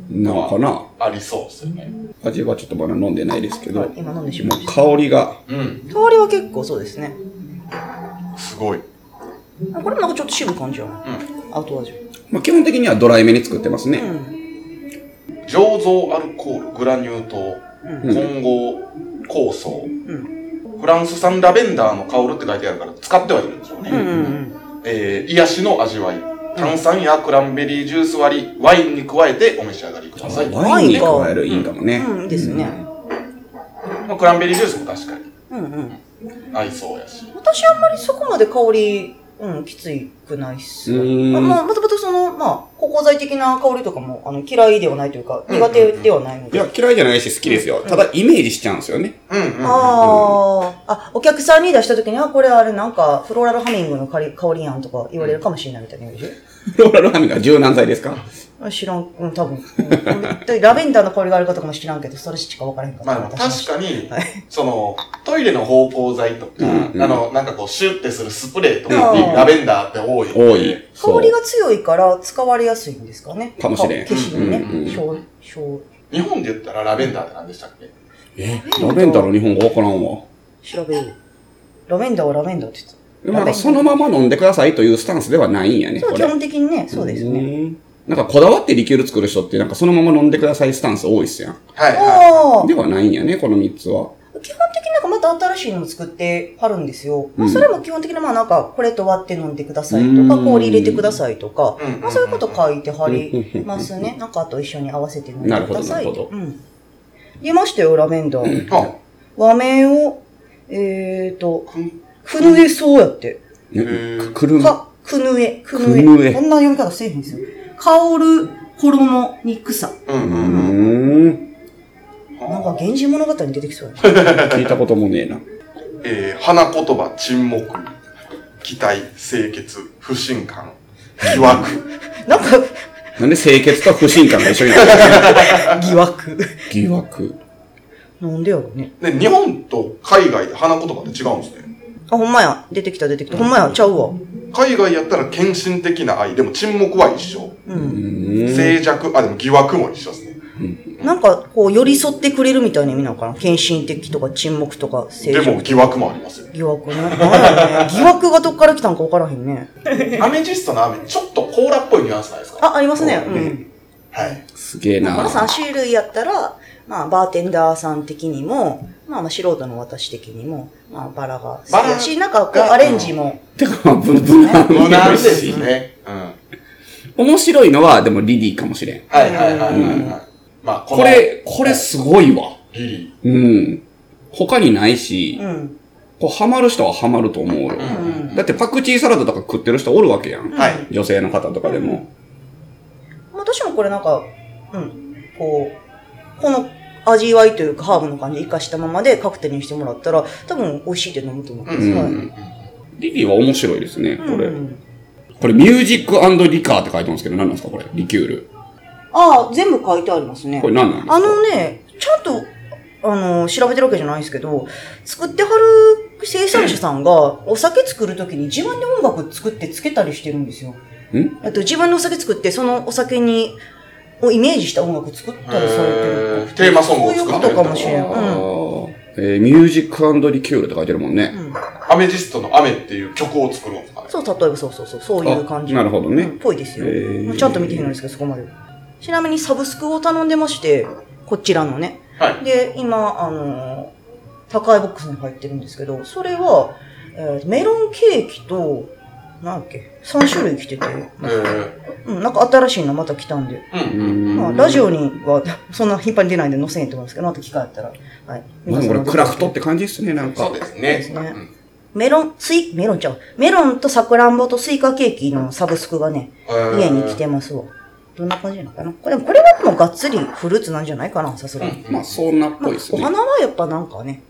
[SPEAKER 2] なんかな。
[SPEAKER 1] ありそうですよね。
[SPEAKER 2] 味はちょっとまだ飲んでないですけど、
[SPEAKER 3] はい今飲んでしま
[SPEAKER 2] も
[SPEAKER 3] いうました。
[SPEAKER 2] 香りが、
[SPEAKER 1] うん。
[SPEAKER 3] 香りは結構そうですね。
[SPEAKER 1] すごい。
[SPEAKER 3] あこれもなんかちょっと渋い感じやな。
[SPEAKER 1] う
[SPEAKER 3] アウトアジ
[SPEAKER 2] まあ、基本的にはドライめに作ってますね。
[SPEAKER 3] ュ。うん。
[SPEAKER 1] 醸造アルコール、グラニュー糖、混合酵素、フランス産ラベンダーの香るって書いてあるから使ってはいるんでしょうね。
[SPEAKER 3] うんうんうん。
[SPEAKER 1] えー、癒しの味わい。炭酸やクランベリージュース割り、ワインに加えてお召し上がりください。ま
[SPEAKER 2] ワインに加えるいいんかもね。
[SPEAKER 3] うん、いいですね。
[SPEAKER 1] あクランベリージュースも確かに
[SPEAKER 3] うんうん。
[SPEAKER 1] 合いそうやし。
[SPEAKER 3] 私あんまりそこまで香り、うん、きついくないっすよ。
[SPEAKER 2] うーん
[SPEAKER 3] あまあ、もともとその、まあ、芳香剤的な香りとかも、あの、嫌いではないというか、苦手ではないの
[SPEAKER 2] い
[SPEAKER 3] で。
[SPEAKER 2] や、嫌いじゃないし好きですよ。ただ、イメージしちゃうんですよね。
[SPEAKER 1] うんうん。
[SPEAKER 3] ああ、あ、お客さんに出した時に、あ、これあれなんか、フローラルハミングの香り香りやんとか言われるかもしれないみたいな言うでしょ
[SPEAKER 2] フローラルハミが柔軟剤ですか
[SPEAKER 3] あ知らん、うん、多分。うんでラベンダーの香りがあることかも知らんけど、それしか分からへんかった。
[SPEAKER 1] まあ、確かに
[SPEAKER 3] はい、
[SPEAKER 1] その、トイレの芳香剤とか、
[SPEAKER 2] うんうん
[SPEAKER 1] あの、なんかこう、シュッてするスプレーとかに
[SPEAKER 3] うん
[SPEAKER 1] ラベンダーって多い。
[SPEAKER 2] 多い。そう
[SPEAKER 3] 香りが強いから使われやすいんですかね。
[SPEAKER 2] かもしれん
[SPEAKER 3] 消しにね。
[SPEAKER 2] うんうんうん
[SPEAKER 3] しょうしょう
[SPEAKER 1] 日本で言ったらラベンダーって何でしたっけ
[SPEAKER 2] え、ラベンダーの日本語わからんわ。
[SPEAKER 3] 調べよう。ラベンダーはラベンダーって言って
[SPEAKER 2] でもなんかそのまま飲んでくださいというスタンスではないんやね、
[SPEAKER 3] た。そ
[SPEAKER 2] こ
[SPEAKER 3] う、基
[SPEAKER 2] れ。
[SPEAKER 3] 本的にね、そうですね。
[SPEAKER 2] ね。なんかこだわってリキュール作る人ってなんかそのまま飲んでくださいスタンス多いっすやん。
[SPEAKER 1] はい、はい。
[SPEAKER 3] ああ
[SPEAKER 2] で、はないんやね、この3つは。
[SPEAKER 3] 基本的になんかまた新しいのを作ってはるんですよ。まあ、それも基本的にまあなんか、これと割って飲んでくださいとか、
[SPEAKER 2] うん
[SPEAKER 3] 氷入れてくださいとか
[SPEAKER 1] うん、
[SPEAKER 3] まあそういうこと書いてはりますね。なんかあと一緒に合わせて飲んでください
[SPEAKER 2] なるほどなるほど
[SPEAKER 3] と。うん。出ましたよ、ラベンダー。
[SPEAKER 1] あ、
[SPEAKER 3] 和名を、えーと、くぬえそうやって。
[SPEAKER 2] ね
[SPEAKER 1] ー
[SPEAKER 2] くるむ。
[SPEAKER 3] か、くぬえ、くぬえ。
[SPEAKER 2] くぬえ
[SPEAKER 3] こんな読み方せえへんですよ。香る衣に草。
[SPEAKER 1] うん
[SPEAKER 2] う
[SPEAKER 1] うん。
[SPEAKER 2] ーん。
[SPEAKER 3] なんか源氏物語に出てきそうや
[SPEAKER 2] 聞いたこともねえな。
[SPEAKER 1] えー、花言葉、沈黙、期待、清潔、不信感、疑惑。
[SPEAKER 3] な。なんか、
[SPEAKER 2] なんで清潔と不信感が一緒になる
[SPEAKER 3] 疑惑。
[SPEAKER 2] 疑惑。
[SPEAKER 3] なんでやろうね。
[SPEAKER 1] で、日本と海外で花言葉って違うんですね。
[SPEAKER 3] あ、ほんまや。出てきた出てきた。ほんまや。ちゃうわ。
[SPEAKER 1] 海外やったら献身的な愛、でも沈黙は一緒。
[SPEAKER 3] うん。
[SPEAKER 1] 静寂、あ、でも疑惑も一緒ですね。
[SPEAKER 3] なんか、こう、寄り添ってくれるみたいな意味なのかな。献身的とか沈黙とか、
[SPEAKER 1] で
[SPEAKER 3] 正
[SPEAKER 1] も
[SPEAKER 3] 常。
[SPEAKER 1] 疑惑もありますよ。
[SPEAKER 3] 疑惑ね。なんやろ ね疑惑がどっから来たんか分からへんね。
[SPEAKER 1] アメジストの雨、ちょっとコーラっぽいニュアンスないですか
[SPEAKER 3] あ、ありますね。うん。
[SPEAKER 1] はい。
[SPEAKER 2] すげえな。
[SPEAKER 3] この3種類やったら、まあ、バーテンダーさん的にも、まあ、まあ素人の私的にも、まあ、バラが好きだし、
[SPEAKER 1] バ
[SPEAKER 3] なんか、こう、
[SPEAKER 1] が
[SPEAKER 3] アレンジも、
[SPEAKER 2] てか、まあ無無難
[SPEAKER 1] 無難
[SPEAKER 2] や
[SPEAKER 1] で
[SPEAKER 2] し
[SPEAKER 1] すね。うん。は
[SPEAKER 2] 面白いのは、でもリリーかもしれん。
[SPEAKER 1] いはいはいはいはい。まあ、
[SPEAKER 2] これ、これすごいわ。
[SPEAKER 1] の、リリ
[SPEAKER 2] うん。他にないし
[SPEAKER 3] う、ん。
[SPEAKER 2] こうハマる人はハマると思うよ。
[SPEAKER 3] ん
[SPEAKER 2] だってパクチーサラダとか食ってる人おるわけやん。
[SPEAKER 1] ー。はい。
[SPEAKER 2] 女性の方とかでも。
[SPEAKER 3] まあ私もこれなんか、うん、こう、この味わいというか、ハーブの感じ生かしたままでカクテルにしてもらったら、多分、美味しいって飲むと思うんです
[SPEAKER 1] うん
[SPEAKER 2] う
[SPEAKER 3] はい
[SPEAKER 2] んリリーは面白いですね、これ。
[SPEAKER 3] うん
[SPEAKER 2] これミュージックリカーって書いてますけど、何なんですかこれ。リキュール。
[SPEAKER 3] ああ、全部書いてありますね
[SPEAKER 2] こ。れ何なんですか
[SPEAKER 3] あのね、ちゃんと、あの、調べてるわけじゃないんですけど、作ってはる生産者さんが、お酒作るときに自分で音楽作ってつけたりしてるんですよ。
[SPEAKER 2] ん
[SPEAKER 3] あと自分のお酒作って、そのお酒に、をイメージした音楽作ったりされて
[SPEAKER 1] へ
[SPEAKER 3] る
[SPEAKER 1] ー。テーマソングを作って
[SPEAKER 3] そういう
[SPEAKER 1] る
[SPEAKER 3] ことかもしれん。
[SPEAKER 2] あ
[SPEAKER 3] うん。
[SPEAKER 2] ーえーミュージックリキュールって書いてるもんね。
[SPEAKER 1] アメジストのアメっていう曲を作るんですかね。
[SPEAKER 3] そう、例えばそうそうそう、そういう感じ。
[SPEAKER 2] あなるほどね
[SPEAKER 3] うんぽいですよ。
[SPEAKER 2] へー
[SPEAKER 3] まあちゃんと見てへんのですけど、そこまで。ちなみにサブスクを頼んでまして、こちらのね。
[SPEAKER 1] はい。
[SPEAKER 3] で、今、あのー、高いボックスに入ってるんですけど、それは、えーメロンケーキと、なんだっけ、3種類来てて、
[SPEAKER 1] えー、
[SPEAKER 3] うん、なんか新しいのまた来たんで、
[SPEAKER 1] うん。
[SPEAKER 2] うん
[SPEAKER 3] まあ、ラジオには そんな頻繁に出ないんで載せへんと思うんですけど、また機会あったら。はい。
[SPEAKER 2] なんかこれクラフトって感じですね、なんか
[SPEAKER 1] そう。です
[SPEAKER 3] そ
[SPEAKER 1] ね。
[SPEAKER 3] う
[SPEAKER 1] う
[SPEAKER 3] ですね
[SPEAKER 1] ん
[SPEAKER 3] メロン、スイ、メロンちゃう。メロンとサクランボとスイカケーキのサブスクがね、
[SPEAKER 1] えー
[SPEAKER 3] 家に来てますわ。どんな感じなのかなこれ、これはもうがっつりフルーツなんじゃないかな、さすがに。
[SPEAKER 2] まあ、そんなっ
[SPEAKER 3] ま
[SPEAKER 2] ぽ
[SPEAKER 3] あ
[SPEAKER 2] いです
[SPEAKER 3] お
[SPEAKER 2] ね。
[SPEAKER 3] 花はやっぱなんかね、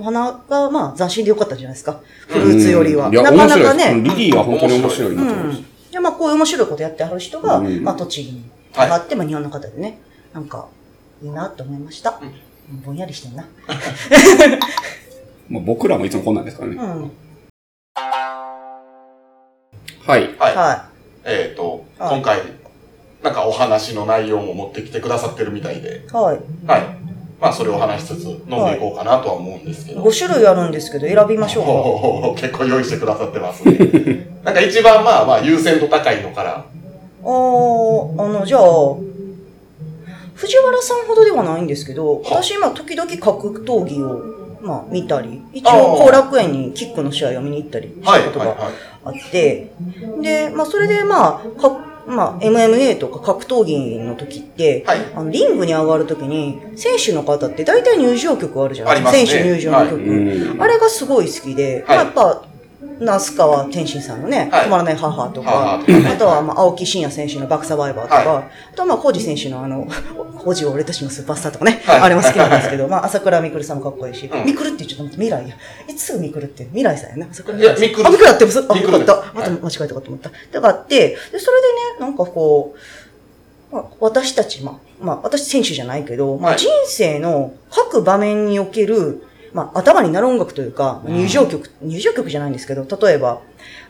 [SPEAKER 3] お花がまあ斬新でよかったんじゃないですか。フルーツよりは。
[SPEAKER 2] うんいや、
[SPEAKER 3] なか
[SPEAKER 2] 面
[SPEAKER 3] な
[SPEAKER 2] 白
[SPEAKER 3] か
[SPEAKER 2] いです。
[SPEAKER 3] ね。
[SPEAKER 2] リリーは本当に面白いなと思いま
[SPEAKER 3] う
[SPEAKER 2] す
[SPEAKER 3] ん。で、まあこういう面白いことやってはる人が、
[SPEAKER 2] うん
[SPEAKER 3] まあ栃木に上がって、まあ日本の方でね、なんかいいなと思いました。ぼんやりしてんな。
[SPEAKER 2] まあ、僕らもいつもこんなんですから
[SPEAKER 3] う
[SPEAKER 2] ね。
[SPEAKER 3] ん。
[SPEAKER 2] はい。
[SPEAKER 1] はい。
[SPEAKER 3] は
[SPEAKER 1] えっ、ー、と、
[SPEAKER 3] はい
[SPEAKER 1] 今回、なんかお話の内容も持ってきてくださってるみたいで、
[SPEAKER 3] い。はい。
[SPEAKER 1] はい。まあ、それを話しつつ飲んでいこうかなとは思うんですけど。
[SPEAKER 3] 5種類あるんですけど、選びましょうか。
[SPEAKER 1] おー結構用意してくださってますね。 なんか一番まあまあ優先度高いのから。
[SPEAKER 3] あーあの、じゃあ、藤原さんほどではないんですけど、私今時々格闘技を、まあ見たり、一応後楽園にキックの試合を見に行ったりしたことがあって、で、まあそれでまあ、かまあ MMA とか格闘技の時って、
[SPEAKER 1] はい
[SPEAKER 3] あのリングに上がる時に、選手の方って大体入場曲あるじゃないですか。
[SPEAKER 1] ありますね
[SPEAKER 3] 選手入場の曲。
[SPEAKER 1] は
[SPEAKER 2] うん
[SPEAKER 3] あれがすごい好きで、
[SPEAKER 1] はい
[SPEAKER 3] まあやっぱ、那須川天心さんのね、
[SPEAKER 1] はい
[SPEAKER 3] 止まらない母とか、
[SPEAKER 1] 母とかね
[SPEAKER 3] あとは、まあ、青木真也選手のバックサバイバーとか、
[SPEAKER 1] は
[SPEAKER 3] あとは、まあ、コージ選手のあの、コージを俺としのスーパースターとかね、
[SPEAKER 1] はい
[SPEAKER 3] あれも好きなんですけど、まあ、朝倉みくるさんもかっこいいし、
[SPEAKER 1] うん
[SPEAKER 3] みくるって言っちゃったもん未来や。いつすぐみくるって、未来さんやな、朝倉
[SPEAKER 1] いやみくる
[SPEAKER 3] あ、みくるだって、そうあ、
[SPEAKER 1] み
[SPEAKER 3] よ
[SPEAKER 1] く
[SPEAKER 3] か
[SPEAKER 1] る
[SPEAKER 3] っ
[SPEAKER 1] です
[SPEAKER 3] た。ま
[SPEAKER 1] はい
[SPEAKER 3] た間違えたかと思った。だからあって、で、それでね、なんかこう、まあ、私たち、まあ、まあ、私選手じゃないけど、ま
[SPEAKER 1] は
[SPEAKER 3] あ、
[SPEAKER 1] い
[SPEAKER 3] 人生の各場面における、まあ、頭になる音楽というか、入場曲、入場曲じゃないんですけど、例えば、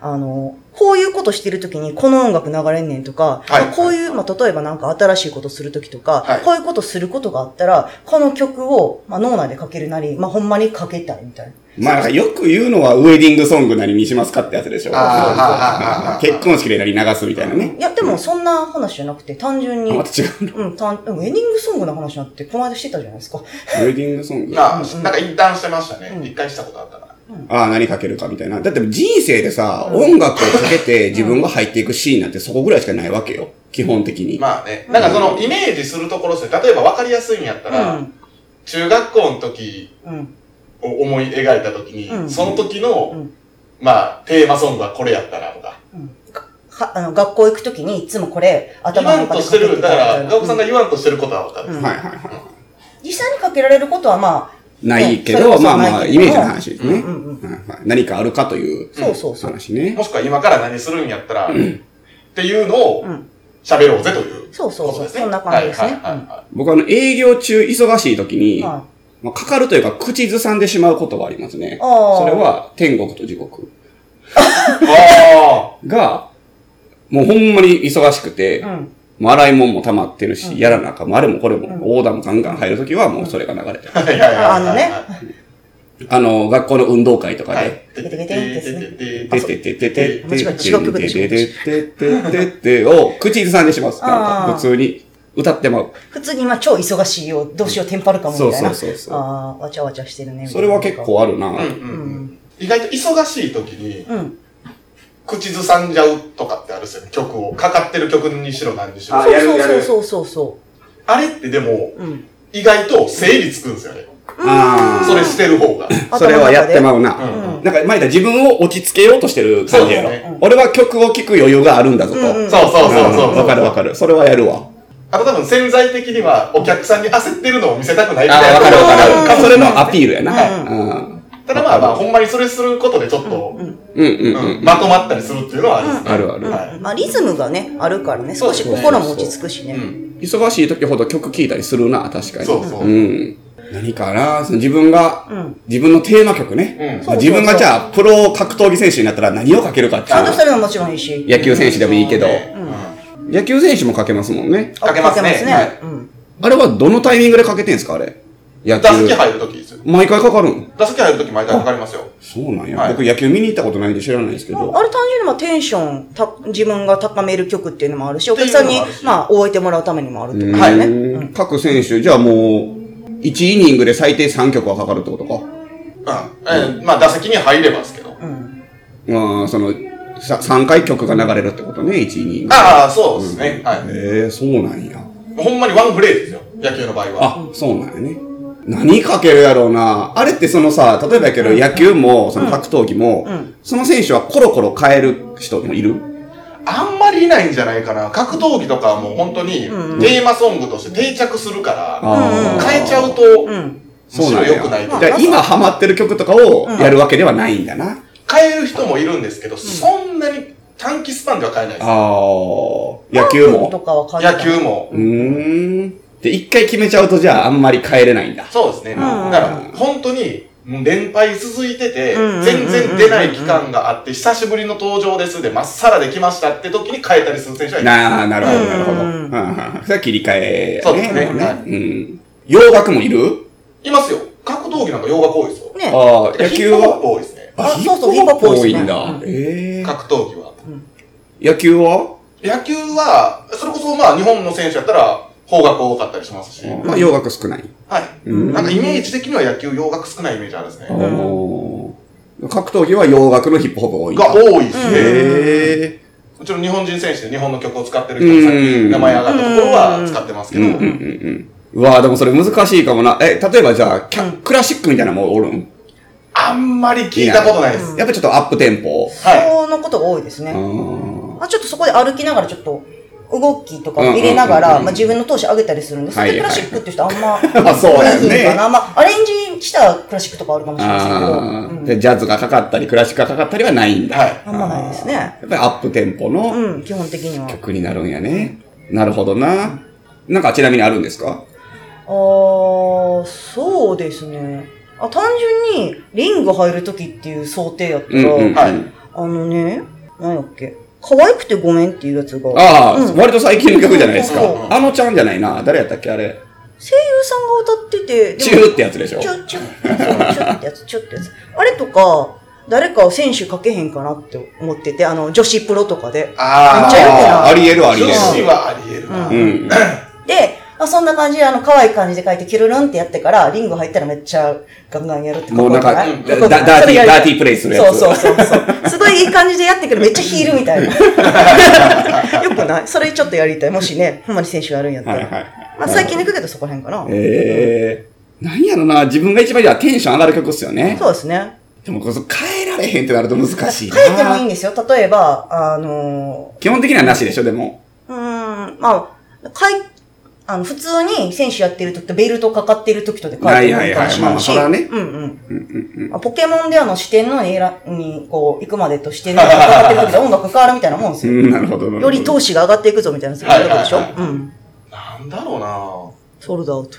[SPEAKER 3] あの、こういうことしてるときにこの音楽流れんねんとか、
[SPEAKER 1] はい
[SPEAKER 3] まあこういう、まあ、例えばなんか新しいことするときとか、
[SPEAKER 1] はい
[SPEAKER 3] こういうことすることがあったら、この曲を、まあ、脳内でかけるなり、まあ、ほんまにかけたいみたいな。
[SPEAKER 2] まあ、なんかよく言うのは、ウェディングソング何にしますかってやつでしょ。
[SPEAKER 1] あー
[SPEAKER 2] 結婚式で何流すみたいなね。
[SPEAKER 3] いや、でもそんな話じゃなくて、単純
[SPEAKER 2] あ
[SPEAKER 3] に
[SPEAKER 2] ま、た違うの。
[SPEAKER 3] うん、たん、ウェディングソングの話になって、この間してたじゃないですか。
[SPEAKER 2] ウェディングソング。
[SPEAKER 1] ま
[SPEAKER 2] あ
[SPEAKER 1] あ、なんか一旦してましたね。一回したことあったから。
[SPEAKER 2] あー、何かけるかみたいな。だって人生でさ、音楽をかけて自分が入っていくシーンなんてそこぐらいしかないわけよ。基本的に。
[SPEAKER 1] まあね、なんかそのイメージするところですね。例えば分かりやすいんやった
[SPEAKER 3] う
[SPEAKER 1] ら、
[SPEAKER 3] ん。
[SPEAKER 1] 中学校の時
[SPEAKER 3] うん。
[SPEAKER 1] を思い描いた時に、
[SPEAKER 3] うん
[SPEAKER 1] その時の、
[SPEAKER 3] うん
[SPEAKER 1] まあ、テーマソングはこれやったなとか。
[SPEAKER 3] は、あの、学校行くときにいつもこれ、
[SPEAKER 1] 言
[SPEAKER 3] 頭
[SPEAKER 1] わ
[SPEAKER 3] の
[SPEAKER 1] ん
[SPEAKER 3] 中
[SPEAKER 1] と
[SPEAKER 3] で
[SPEAKER 1] し
[SPEAKER 3] かけ
[SPEAKER 1] て
[SPEAKER 3] てた
[SPEAKER 1] る、
[SPEAKER 3] み
[SPEAKER 1] だか
[SPEAKER 3] た
[SPEAKER 1] ら、
[SPEAKER 3] いな
[SPEAKER 1] ガオさんが言わんとしてることは分かる。
[SPEAKER 3] うん
[SPEAKER 2] はいはいはい。
[SPEAKER 3] 実際にかけられることはま
[SPEAKER 2] ないけ
[SPEAKER 3] ねそれこ
[SPEAKER 2] ど、
[SPEAKER 3] そ
[SPEAKER 2] まあま
[SPEAKER 3] な
[SPEAKER 2] あ、
[SPEAKER 3] い
[SPEAKER 2] イ
[SPEAKER 3] けど
[SPEAKER 2] メージの話ですね。
[SPEAKER 3] うんうん
[SPEAKER 2] はいはい何かあるかという
[SPEAKER 3] あ、そうそうそう。
[SPEAKER 2] 話ね。
[SPEAKER 1] もしくは今から何するんやったら、っていうのを
[SPEAKER 3] うん
[SPEAKER 1] 喋ろうぜという
[SPEAKER 3] そうそ
[SPEAKER 1] こ
[SPEAKER 3] うそう
[SPEAKER 1] とですね。
[SPEAKER 3] そんな感じですね
[SPEAKER 1] はいはいはいはい
[SPEAKER 2] 僕はあの、営業中忙しい時に、
[SPEAKER 3] は
[SPEAKER 2] まあ、かかるというか、口ずさんでしまうことはありますね。
[SPEAKER 3] あー
[SPEAKER 2] それは、天国と地獄
[SPEAKER 1] あ
[SPEAKER 2] が、もうほんまに忙しくて、
[SPEAKER 3] い。うん。
[SPEAKER 2] もう洗い物も溜まってるし、やらなあかん、もうあれもこれも、オーダーもガンガン入るときはもうそれが流れてる。
[SPEAKER 1] あ。はいはいはいはい
[SPEAKER 3] あのね。
[SPEAKER 2] あの、学校の運動会とか
[SPEAKER 1] はい
[SPEAKER 2] で、。
[SPEAKER 3] テケテケテンですね
[SPEAKER 2] てててててて
[SPEAKER 3] 間違えた
[SPEAKER 2] て
[SPEAKER 3] 違う曲でし
[SPEAKER 2] て
[SPEAKER 3] ょ
[SPEAKER 2] ててててを口ずさんでします。なん
[SPEAKER 3] あー
[SPEAKER 2] か普通に歌ってまう。
[SPEAKER 3] 普通に今超忙しいよ、どうしよう、テンパるかもみたいな。
[SPEAKER 2] そうそうそうそう
[SPEAKER 3] ああ、わちゃわちゃしてるね。みた
[SPEAKER 2] そ
[SPEAKER 3] い
[SPEAKER 2] れ
[SPEAKER 3] な
[SPEAKER 2] は結。構あるな。
[SPEAKER 1] うんうんうん意外と忙しい時に
[SPEAKER 3] うん。
[SPEAKER 1] 口ずさんじゃうとかってあるっすよね。曲を。かかってる曲にしろ何にしろ
[SPEAKER 2] あ。やるや
[SPEAKER 3] そう
[SPEAKER 2] る
[SPEAKER 3] そうそうそうそ
[SPEAKER 1] あれってでも、
[SPEAKER 3] う。うん。
[SPEAKER 1] 意外と整理つくんですよね。
[SPEAKER 2] あ
[SPEAKER 1] それしてる方が。
[SPEAKER 2] あ、それはやってまうな。
[SPEAKER 1] 頭の中で
[SPEAKER 2] なんか、前田自分を落ち着けようとしてる感じやろ。
[SPEAKER 1] そうですね
[SPEAKER 2] 俺は曲を聴く余裕があるんだぞと。
[SPEAKER 3] うんうん
[SPEAKER 1] そうそうそうそう。
[SPEAKER 2] んわかるわかる。それはやるわ。
[SPEAKER 1] あと多分潜在的にはお客さんに焦ってるのを見せたくないみ
[SPEAKER 2] あ
[SPEAKER 1] たいな
[SPEAKER 2] あ、わかるわ
[SPEAKER 3] うん
[SPEAKER 2] かる。それのアピールやな。うん
[SPEAKER 1] ただまあまあ、ほんまにそれすることでちょっと、
[SPEAKER 2] うんうんう
[SPEAKER 1] うん
[SPEAKER 2] ん。
[SPEAKER 1] まとまったりするっていうのはありますね。
[SPEAKER 2] あるある。
[SPEAKER 1] はい
[SPEAKER 3] まあ、リズムがね、あるからね、少し
[SPEAKER 1] そうですね
[SPEAKER 3] 心も落ち着くしね。
[SPEAKER 1] うん
[SPEAKER 2] 忙しい時ほど曲聴いたりするな、確かに。
[SPEAKER 1] そうそう
[SPEAKER 2] うん。何ないかな。その自分が、
[SPEAKER 3] うん
[SPEAKER 2] 自分のテーマ曲ね。
[SPEAKER 3] うん
[SPEAKER 2] 自分がじゃあ、プロ格闘技選手になったら何をかけるかってい
[SPEAKER 3] アートした
[SPEAKER 2] う。
[SPEAKER 3] らもちろんいいし。
[SPEAKER 2] 野球選手でもいいけど、
[SPEAKER 1] う
[SPEAKER 2] 野球選手もかけますもんね。
[SPEAKER 3] あ
[SPEAKER 1] かけますねはい
[SPEAKER 3] うん。
[SPEAKER 2] あれはどのタイミングでかけてんすかあれ。野
[SPEAKER 1] ん。打席
[SPEAKER 2] 球。
[SPEAKER 1] 入るときですよ。
[SPEAKER 2] 毎回かかるん
[SPEAKER 1] 打席入るとき毎回かかりますよ。
[SPEAKER 2] そうなんや、
[SPEAKER 1] はい
[SPEAKER 2] 僕野球見に行ったことないんで知らないですけど。
[SPEAKER 3] あれ単純にまあテンションた、自分が高める曲っていうのもあるし、お客さんに
[SPEAKER 1] っていうのもあるし
[SPEAKER 3] まあ、覚えてもらうためにもあるってこと
[SPEAKER 2] うん
[SPEAKER 3] ですね。
[SPEAKER 2] 各選手、じゃあもう、1イニングで最低3曲はかかるってことか。
[SPEAKER 1] うん。えーまあ打席に入れますけど。
[SPEAKER 3] うん。
[SPEAKER 2] まあ、その、さ3回曲が流れるってことね、1イニング。
[SPEAKER 1] ああ、そうですね。はい。
[SPEAKER 2] ええそうなんや。
[SPEAKER 1] ほんまにワンフレーズですよ。野球の場合は。
[SPEAKER 2] あ、そうなんやね。何かけるやろうな。あれってそのさ、例えばやけど野球も、その格闘技も、
[SPEAKER 3] うん
[SPEAKER 2] その選手はコロコロ変える人もいる
[SPEAKER 1] あんまりいないんじゃないかな。格闘技とかはもう本当に
[SPEAKER 3] うん
[SPEAKER 1] テーマソングとして定着するから、
[SPEAKER 2] あー
[SPEAKER 1] 変えちゃうと、
[SPEAKER 3] う
[SPEAKER 1] む
[SPEAKER 3] ん。
[SPEAKER 2] そう
[SPEAKER 1] し
[SPEAKER 2] な
[SPEAKER 1] ろ
[SPEAKER 2] んや。
[SPEAKER 1] 良くないと
[SPEAKER 2] だ
[SPEAKER 1] いう
[SPEAKER 2] か
[SPEAKER 1] から
[SPEAKER 2] 今ハマってる曲とかをやるわけではないんだな。あ
[SPEAKER 1] 変える人もいるんですけど、そんなに短期スパンでは変えないで
[SPEAKER 2] あ
[SPEAKER 1] す。
[SPEAKER 2] ー、野球
[SPEAKER 3] と
[SPEAKER 2] も。
[SPEAKER 3] かは感じた
[SPEAKER 1] 野球も
[SPEAKER 2] う。ーん。で、一回決めちゃうとじゃああんまり変えれないんだ。
[SPEAKER 1] そうですね。だ
[SPEAKER 3] うん
[SPEAKER 1] から、本当に、連敗続いてて、
[SPEAKER 3] うんうんうんうん
[SPEAKER 1] 全然出ない期間があって、久しぶりの登場ですで、まっさらできましたって時に変えたりする選手はいる。
[SPEAKER 2] なあ、なるほど、なるほど。
[SPEAKER 3] う
[SPEAKER 2] うんんうんそれは切り替え、ね。
[SPEAKER 1] そうですね
[SPEAKER 2] なるほど
[SPEAKER 1] は
[SPEAKER 2] うん。洋楽もいる
[SPEAKER 1] いますよ。格闘技なんか洋楽多いですよ。
[SPEAKER 3] ね。
[SPEAKER 2] ああ、
[SPEAKER 1] てか
[SPEAKER 2] 野
[SPEAKER 1] ヒッ
[SPEAKER 2] 球
[SPEAKER 1] プホッ
[SPEAKER 2] は
[SPEAKER 1] プ多いですね。
[SPEAKER 3] あそうそう
[SPEAKER 2] ヒップホップ多いん
[SPEAKER 3] ヒップホップ
[SPEAKER 2] だ
[SPEAKER 3] 多いね。
[SPEAKER 2] ええ
[SPEAKER 1] 格闘技は。
[SPEAKER 2] 野球は
[SPEAKER 1] 野球は、それこそまあ日本の選手やったら方角多かったりしますし、
[SPEAKER 2] まあ洋楽少ない。
[SPEAKER 1] はい。
[SPEAKER 2] うん
[SPEAKER 1] なんかイメージ的には野球洋楽少ないイメージあるんですね。
[SPEAKER 3] ん
[SPEAKER 2] あー格闘技は洋楽のヒップホップが多いんだ
[SPEAKER 1] が。多いです
[SPEAKER 3] うん
[SPEAKER 1] ね。
[SPEAKER 2] へえ。
[SPEAKER 1] もちろん日本人選手で日本の曲を使ってる人もさっ
[SPEAKER 2] うん
[SPEAKER 1] き名前上がったところは使ってますけど、
[SPEAKER 2] うんうんうん。うわあ、でもそれ難しいかもな。え、例えばじゃあ、キャクラシックみたいなのもおるん
[SPEAKER 1] あんまり聞いたことないです。
[SPEAKER 2] やっぱちょっとアップテンポ。
[SPEAKER 1] はい。
[SPEAKER 3] そうのことが多いですね。
[SPEAKER 2] あ
[SPEAKER 3] あ、ちょっとそこで歩きながらちょっと、動きとかを入れなが
[SPEAKER 2] うんうんうん
[SPEAKER 3] ら、
[SPEAKER 2] うん
[SPEAKER 3] まあ、自分の投資上げたりするんですけど、
[SPEAKER 2] はいはい
[SPEAKER 3] クラシックって人あんま、
[SPEAKER 2] あそうやね
[SPEAKER 3] いいのかな。まあ、アレンジしたクラシックとかあるかもしれ
[SPEAKER 2] あ
[SPEAKER 3] ません
[SPEAKER 2] ー。
[SPEAKER 3] けど、
[SPEAKER 2] でジャズがかかったり、クラシックがかかったりはないんだ。
[SPEAKER 1] はい。
[SPEAKER 3] うん、あんまないですね。
[SPEAKER 2] やっぱりアップテンポの
[SPEAKER 3] うん、基本的には。
[SPEAKER 2] 曲になるんやね。なるほどな。なんかちなみにあるんですか
[SPEAKER 3] あー、そうですね。あ、単純に、リング入るときっていう想定やったら、
[SPEAKER 2] うんうん
[SPEAKER 1] はい
[SPEAKER 3] あのね、何やっけ、可愛くてごめんっていうやつが、声優
[SPEAKER 2] ああ、割と最近の曲じゃないで
[SPEAKER 1] そ
[SPEAKER 2] す
[SPEAKER 1] うそうそう
[SPEAKER 2] か。あのちゃんじゃないな。誰やったっけあれ。
[SPEAKER 3] さんが歌ってて、
[SPEAKER 2] チューってやつでしょ
[SPEAKER 3] ち。ょ、ちょ、そうちょってやつ、ちょってやつ。あれとか、誰かを選手かけへんかなって思ってて、あの、女子プロとかで。
[SPEAKER 1] あ
[SPEAKER 3] めっ
[SPEAKER 1] あ
[SPEAKER 3] ちゃよくない
[SPEAKER 2] ああ、ありえるあり
[SPEAKER 1] 女
[SPEAKER 2] える。
[SPEAKER 1] 子はあり得るな。
[SPEAKER 3] う
[SPEAKER 2] うん。
[SPEAKER 3] で、あそんな感じで、あの、可愛い感じで書いて、キュルルンってやってから、リング入ったらめっちゃガンガンやるって
[SPEAKER 2] もうなんか
[SPEAKER 3] かっこよくない
[SPEAKER 2] だだダーティー
[SPEAKER 3] それやりた
[SPEAKER 2] ダ
[SPEAKER 3] い
[SPEAKER 2] ーティープレイするやつ
[SPEAKER 3] そうそうそ うそう。すごいいい感じでやってくる、めっちゃヒールみたい な。よくないそれちょっとやりたい。もしね、ほんまに選手やるんやったら。
[SPEAKER 2] はいはい
[SPEAKER 3] まあ、最近抜けたらそこら辺かな。
[SPEAKER 2] ええ。なんやろな。自分が一番じゃあテンション上がる曲っすよね。
[SPEAKER 3] そうですね。
[SPEAKER 2] でもこそ変えられへんってなると難しいな。
[SPEAKER 3] 変えてもいいんですよ。例えば、あのー
[SPEAKER 2] 基本的にはなしでしょ、でも。
[SPEAKER 3] うーん、まあ、かい、あの、普通に選手やってる時とベルトかかってる時とで書いて
[SPEAKER 2] は
[SPEAKER 3] る
[SPEAKER 2] い
[SPEAKER 3] か
[SPEAKER 2] はいはい
[SPEAKER 3] もしれないし。
[SPEAKER 2] まあまあそれはね
[SPEAKER 3] うんうん。まあポケモンであの、視点のに選に、こう、行くまでと視点のにかかってる時と音楽変わるみたいなもんです
[SPEAKER 2] う
[SPEAKER 3] よ。
[SPEAKER 2] ん、なるほど。なるほど
[SPEAKER 3] より投資が上がっていくぞみたいな、そういうことでしょ、
[SPEAKER 1] はいはい
[SPEAKER 3] うん。
[SPEAKER 1] なんだろうな
[SPEAKER 3] ソールドアウト。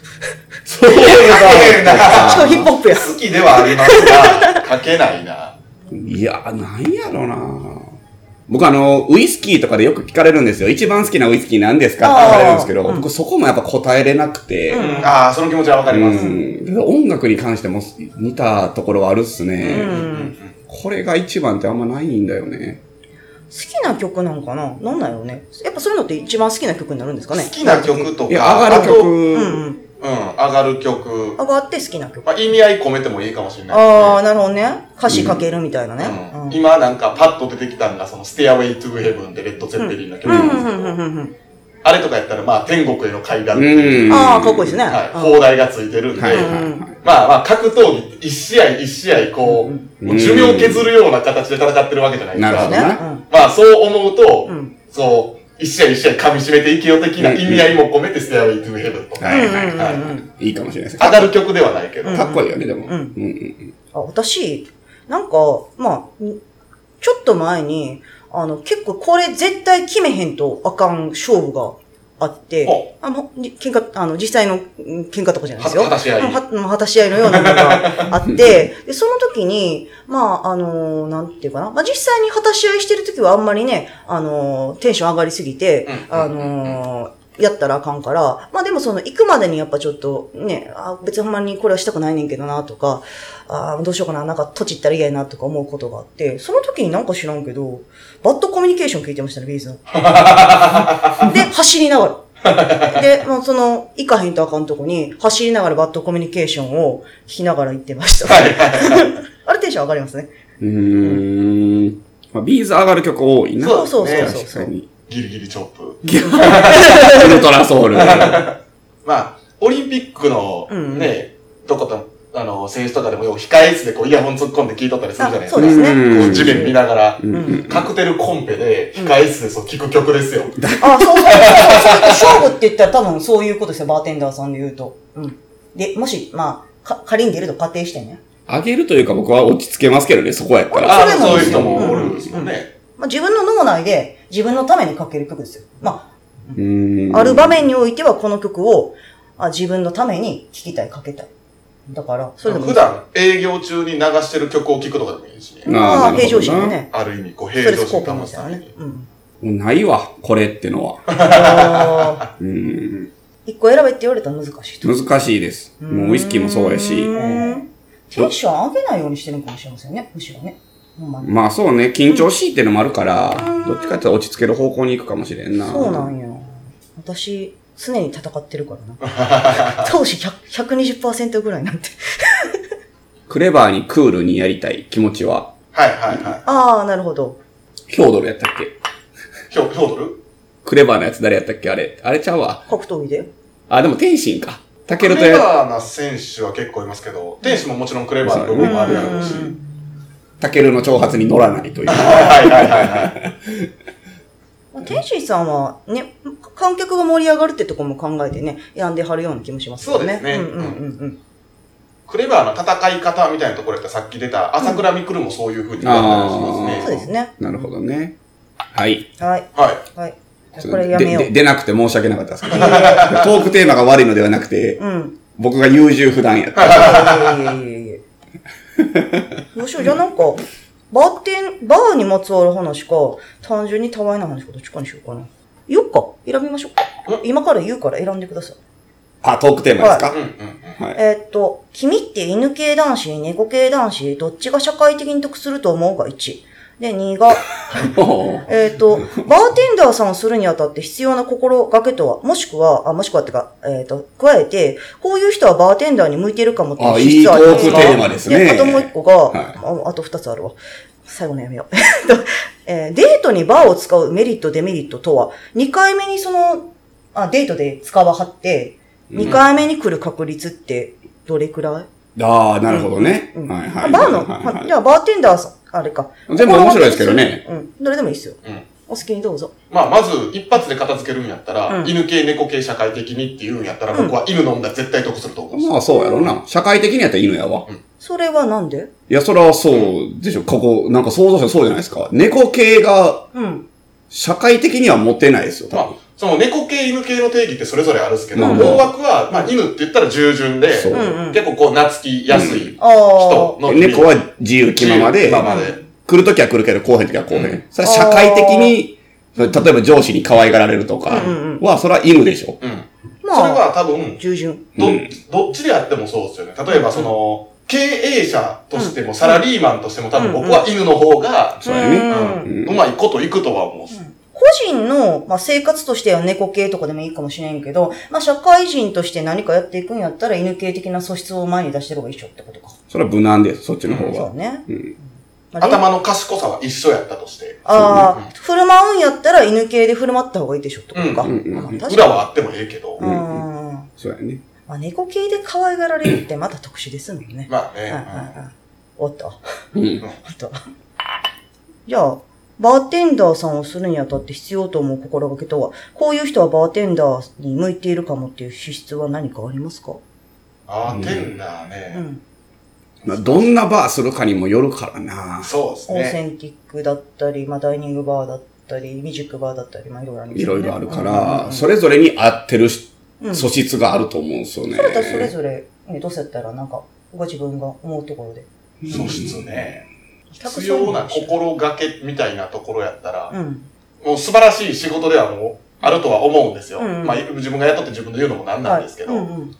[SPEAKER 2] そうだな。
[SPEAKER 3] しかもヒップホップや。
[SPEAKER 1] 好きではありますが、書けないな。
[SPEAKER 2] いや、なんやろな僕あの、ウイスキーとかでよく聞かれるんですよ。一番好きなウイスキーなんですかって聞かれるんですけど、僕そこもやっぱ答えれなくて、
[SPEAKER 1] うん、ああ、その気持ちはわかります。
[SPEAKER 2] うん音楽に関しても似たところはあるっすね、これが一番ってあんまないんだよね。
[SPEAKER 3] 好きな曲なんかななんなんやろうね。やっぱそういうのって一番好きな曲になるんですかね
[SPEAKER 1] 好きな曲とか、
[SPEAKER 2] いや、上がる
[SPEAKER 1] あと
[SPEAKER 2] 曲、
[SPEAKER 3] うんうん。
[SPEAKER 1] うん、上がる曲。
[SPEAKER 3] 上がって好きな曲。
[SPEAKER 1] まあ、意味合い込めてもいいかもしれないですね。
[SPEAKER 3] ああ、なるほどね。歌詞書けるみたいなね。
[SPEAKER 1] うん
[SPEAKER 3] うん
[SPEAKER 1] 今なんかパッと出てきたのが、その、ステアウェイトゥーヘブンでレッド・ゼッペリンの曲、
[SPEAKER 3] うんうんうんうんうん。
[SPEAKER 1] あれとかやったら、まあ、天国への階段っていう、
[SPEAKER 2] うん。
[SPEAKER 3] ああ、かっこいいですね。
[SPEAKER 1] はい、
[SPEAKER 3] うん
[SPEAKER 1] 放題がついてるんで、
[SPEAKER 2] はいはいはい。
[SPEAKER 1] まあまあ、格闘技って一試合一試合、こう、もう寿命削るような形で戦ってるわけじゃないです
[SPEAKER 2] なる
[SPEAKER 1] か。
[SPEAKER 2] ほど
[SPEAKER 3] ね
[SPEAKER 2] ね。
[SPEAKER 1] まあ、そう思うと、
[SPEAKER 3] ん
[SPEAKER 1] そう、一試合一試合噛み締めていけよ的な意味合いも込めて、ステアウェイトゥーヘブンとか、
[SPEAKER 2] はいはい
[SPEAKER 3] うん
[SPEAKER 1] はい
[SPEAKER 2] いいかもしれないです。
[SPEAKER 1] 上がる曲ではないけど、
[SPEAKER 2] かっこいいよね、でも。
[SPEAKER 3] ん
[SPEAKER 2] うんうん
[SPEAKER 3] あ、私、なんか、まあ、んちょっと前に、あの、結構これ絶対決めへんとあかん勝負があって、あもう、じ喧嘩、あの、実際のうん喧嘩とかじゃないですよ。
[SPEAKER 1] は果たし合い
[SPEAKER 3] うんはうん果たし合いのようなものがあ って、で、その時に、まあ、あの、なんていうかな。まあ、実際に果たし合いしてる時はあんまりね、あの、テンション上がりすぎて、
[SPEAKER 1] うん
[SPEAKER 3] あの、やったらあかんから、まあでもその行くまでにやっぱちょっとね、あ別にほんまにこれはしたくないねんけどなとか、あどうしようかな、なんか土地行ったら嫌やなとか思うことがあって、その時になんか知らんけど、バッドコミュニケーション聞いてましたね、ビ ーズの。で、走りながら。で、もうその、行かへんとあかんとこに、走りながらバッドコミュニケーションを聞きながら行ってました。あれテンション上がりますね。
[SPEAKER 2] うーん。まあ、ビーズ上がる曲多いな。
[SPEAKER 1] そう
[SPEAKER 3] そうそうそう
[SPEAKER 2] 確
[SPEAKER 3] そ
[SPEAKER 2] か
[SPEAKER 3] う。
[SPEAKER 2] に。
[SPEAKER 1] ギリギリチョップ。
[SPEAKER 2] ウルトラソウル。
[SPEAKER 1] まあ、オリンピックの
[SPEAKER 3] うん
[SPEAKER 1] ね、どこと、あの、選手とかでもよう控え室でこうイヤホン突っ込んで聞いとったりするじゃないです
[SPEAKER 3] そ
[SPEAKER 1] か。
[SPEAKER 3] うですね。
[SPEAKER 2] うん
[SPEAKER 1] こう地面見ながら、
[SPEAKER 2] うん
[SPEAKER 3] うん
[SPEAKER 1] カクテルコンペで控え室でそう聞く曲ですよ。
[SPEAKER 3] あ、そうそうそうそう。そう勝負って言ったら多分そういうことですよ、バーテンダーさんで言うと。うん。で、もし、まあ、か仮に出ると仮定してね。
[SPEAKER 2] 上げるというか僕は落ち着けますけどね、そこやったら。
[SPEAKER 1] ああ、
[SPEAKER 3] それ
[SPEAKER 1] そ
[SPEAKER 3] も
[SPEAKER 1] う
[SPEAKER 3] い
[SPEAKER 1] いう
[SPEAKER 3] いですよ
[SPEAKER 1] 人もおるんですもんね。
[SPEAKER 3] まあ、自分の脳内で自分のためにかける曲ですよ。ま
[SPEAKER 2] うーん
[SPEAKER 3] あ、ある場面においてはこの曲をあ自分のために聴きたい、かけたい。だから、それでもいい
[SPEAKER 1] 普段営業中に流してる曲を聴くとかでもいいしね。
[SPEAKER 3] ま
[SPEAKER 2] なるほど
[SPEAKER 3] あ、
[SPEAKER 2] な
[SPEAKER 3] 平常心でね。
[SPEAKER 1] ある意味、こう、
[SPEAKER 3] ス
[SPEAKER 1] 平
[SPEAKER 3] トレ
[SPEAKER 1] 常
[SPEAKER 3] ス
[SPEAKER 1] 心
[SPEAKER 3] 効
[SPEAKER 1] を
[SPEAKER 3] 果み
[SPEAKER 1] 保
[SPEAKER 3] た
[SPEAKER 1] つ
[SPEAKER 3] い
[SPEAKER 1] た
[SPEAKER 3] な
[SPEAKER 1] め
[SPEAKER 3] ね
[SPEAKER 1] に。。
[SPEAKER 3] うん。
[SPEAKER 2] もうないわ、これってのは。
[SPEAKER 3] あ
[SPEAKER 2] うーん。
[SPEAKER 3] ー一個選べって言われたら難しいと。
[SPEAKER 2] 難しいです。もうウイスキーもそうやし。
[SPEAKER 3] ーんテンション上げないようにしてるのかもしれませんね、むしろね。ほんまに。
[SPEAKER 2] まあそうね、緊張しいってのもあるから、どっちかっていうと落ち着ける方向に行くかもしれんな。
[SPEAKER 3] そうなんや。私、常に戦ってるから な。闘志100 120%ぐらいなんて。
[SPEAKER 2] クレバーにクールにやりたい気持ちは、
[SPEAKER 1] はいはいはい。
[SPEAKER 3] ああ、なるほど。
[SPEAKER 2] ヒョードルやったっけ
[SPEAKER 1] ヒョヒョードル
[SPEAKER 2] クレバーのやつ誰やったっけあれ。あれちゃうわ。
[SPEAKER 3] 格闘技で。
[SPEAKER 2] あ、でも天心か。タケ
[SPEAKER 1] ク
[SPEAKER 2] ルと
[SPEAKER 1] レ
[SPEAKER 2] や、
[SPEAKER 1] バーな選手は結構いますけど、天使ももちろんクレバーな部分もあるやろうし。
[SPEAKER 2] タケルの挑発に乗らないという。
[SPEAKER 1] はいはいはいはい。
[SPEAKER 3] まあ天心さんはね、観客が盛り上がるってとこも考えてね、選んではるような気もしますよ
[SPEAKER 1] そうで
[SPEAKER 3] ね。
[SPEAKER 1] すね
[SPEAKER 3] うんうんうんうん。
[SPEAKER 1] クレバーな戦い方みたいなところやったらさっき出た朝倉未来もそういう風になったりします
[SPEAKER 2] うん
[SPEAKER 1] ね
[SPEAKER 3] そう。ですね。
[SPEAKER 2] なるほどね。はい。
[SPEAKER 3] はい。
[SPEAKER 1] はい。
[SPEAKER 3] はい。じゃあ
[SPEAKER 2] ちょ
[SPEAKER 3] こ
[SPEAKER 2] っと
[SPEAKER 3] れやめよ
[SPEAKER 2] でで
[SPEAKER 3] う。
[SPEAKER 2] 出なくて申し訳なかったですけど。ト ークテーマが悪いのではなくて、
[SPEAKER 3] うん。
[SPEAKER 2] 僕が優柔不断やった。
[SPEAKER 3] いやいやいやいやいや。どうしよう。じゃあなんか、バーテン、バーにまつわる話か、単純にたわいな話かどっちかにしようかな。言おうか。選びましょうか。今から言うから選んでください。
[SPEAKER 2] あ、トークテーマですか、
[SPEAKER 1] うんうんうん。
[SPEAKER 3] えーっと、君って犬系男子、猫系男子、どっちが社会的に得すると思うが1。で、2が、
[SPEAKER 2] おう
[SPEAKER 3] えーっと、バーテンダーさんをするにあたって必要な心がけとは、もしくは、あ、もしくはってか、えーっと、加えて、こういう人はバーテンダーに向いてるかもっていう
[SPEAKER 2] あ、
[SPEAKER 3] 資
[SPEAKER 2] いい
[SPEAKER 3] 質
[SPEAKER 2] ト
[SPEAKER 3] ありま
[SPEAKER 2] ー
[SPEAKER 3] す
[SPEAKER 2] ク
[SPEAKER 3] か
[SPEAKER 2] テーマですね。
[SPEAKER 3] であともう一個が、ああと二つあるわ。最後のやめよう。え っとえーデートにバーを使うメリット、デメリットとは、2回目にその、あデートで使わはって、2回目に来る確率ってどれくらい、
[SPEAKER 2] ああ、なるほどね。
[SPEAKER 3] うん
[SPEAKER 2] はいはい。
[SPEAKER 3] バーの、
[SPEAKER 2] はいはい
[SPEAKER 3] じゃあバーテンダーさん、あれか。
[SPEAKER 2] 全部面白いですけどね
[SPEAKER 3] うん、どれでもいいですよ。
[SPEAKER 1] うん
[SPEAKER 3] お好きにどうぞ。
[SPEAKER 1] まあ、まず、一発で片付けるんやったら、
[SPEAKER 3] うん
[SPEAKER 1] 犬系、猫系、社会的にっていうんやったら、僕は犬飲んだら絶対得すると思うんですよ。
[SPEAKER 2] まあそうやろな。社会的にやったら犬やわ。
[SPEAKER 3] それはなんで
[SPEAKER 2] いや、それはそうでしょ。ここ、なんか想像したらそうじゃないですか。猫系が
[SPEAKER 3] うん。
[SPEAKER 2] 社会的にはモテないですよ。
[SPEAKER 1] まあ、その猫系、犬系の定義ってそれぞれあるんですけど、
[SPEAKER 2] まあまあ
[SPEAKER 1] 大枠は、まあ、犬って言ったら従順で、
[SPEAKER 2] そう
[SPEAKER 3] うんうん
[SPEAKER 1] 結構こう、懐きやすい
[SPEAKER 3] ああ
[SPEAKER 1] 人。の、
[SPEAKER 2] 猫は自由気ままで、
[SPEAKER 1] ままで。
[SPEAKER 2] 来るときは来るけど、来へんときは来へん。
[SPEAKER 1] うん
[SPEAKER 2] それは社会的に、それ例えば上司に可愛がられるとか
[SPEAKER 3] うんうん
[SPEAKER 2] は、それは犬でしょ。
[SPEAKER 1] うん。
[SPEAKER 3] ま
[SPEAKER 1] そ
[SPEAKER 3] あ
[SPEAKER 1] れは多分、
[SPEAKER 3] 従順。
[SPEAKER 1] ど
[SPEAKER 2] うん、
[SPEAKER 1] どっちであってもそうですよね。例えば、その、経営者としても、サラリーマンとしても、多分僕は犬の方が、
[SPEAKER 2] そうやね
[SPEAKER 1] うん
[SPEAKER 2] うん
[SPEAKER 1] うまいこといくとは思うっす。
[SPEAKER 3] 個人の、まあ、生活としては猫系とかでもいいかもしれんけど、まあ、社会人として何かやっていくんやったら犬系的な素質を前に出してる方が一緒ってことか。
[SPEAKER 2] それは無難です、そっちの方
[SPEAKER 3] そう
[SPEAKER 2] が。
[SPEAKER 3] ね。
[SPEAKER 2] うん
[SPEAKER 3] まあ、
[SPEAKER 1] 頭の賢さは一緒やったとして、
[SPEAKER 3] ああ、振る舞うんやったら犬系で振る舞った方がいいでしょってことか。
[SPEAKER 1] うん
[SPEAKER 2] うんうん
[SPEAKER 3] まあ確かに
[SPEAKER 1] 裏はあってもええけど、
[SPEAKER 3] うん。ま
[SPEAKER 2] そうやね。
[SPEAKER 3] あ、猫系で可愛がられるってまた特殊ですもんね。
[SPEAKER 1] まあ
[SPEAKER 3] うんうん
[SPEAKER 1] ね、
[SPEAKER 3] うんおっと、
[SPEAKER 2] うん。
[SPEAKER 3] おっと。じゃあ、バーテンダーさんをするにあたって必要と思う心がけとは、こういう人はバーテンダーに向いているかもっていう資質は何かありますか
[SPEAKER 1] あーテンダー
[SPEAKER 3] う
[SPEAKER 1] ね、
[SPEAKER 3] ん。
[SPEAKER 2] まあ、どんなバーするかにもよるからな。
[SPEAKER 1] そうです
[SPEAKER 3] オー
[SPEAKER 1] ね。
[SPEAKER 3] センティックだったり、まあ、ダイニングバーだっったり、未熟バーだったり、まあいろいろあるんです
[SPEAKER 2] い
[SPEAKER 3] よ
[SPEAKER 2] ろ
[SPEAKER 3] ね
[SPEAKER 2] いろあるか
[SPEAKER 3] うんうんう
[SPEAKER 2] ら、
[SPEAKER 3] ん
[SPEAKER 2] それぞれに合ってるし素質があると思うんですよね。
[SPEAKER 3] それとそれぞれ、ね、どうせやったらなんか、ご自分が思うところで。
[SPEAKER 1] 素質ね。
[SPEAKER 3] たくさん
[SPEAKER 1] 必要な心がけみたいなところやったら、
[SPEAKER 3] うん。
[SPEAKER 1] もう素晴らしい仕事ではもうあるとは思うんですよ。
[SPEAKER 3] うんうん
[SPEAKER 1] まあ自分が雇って自分で言うのもなんなんですけど、
[SPEAKER 3] はい
[SPEAKER 1] い
[SPEAKER 3] うんうん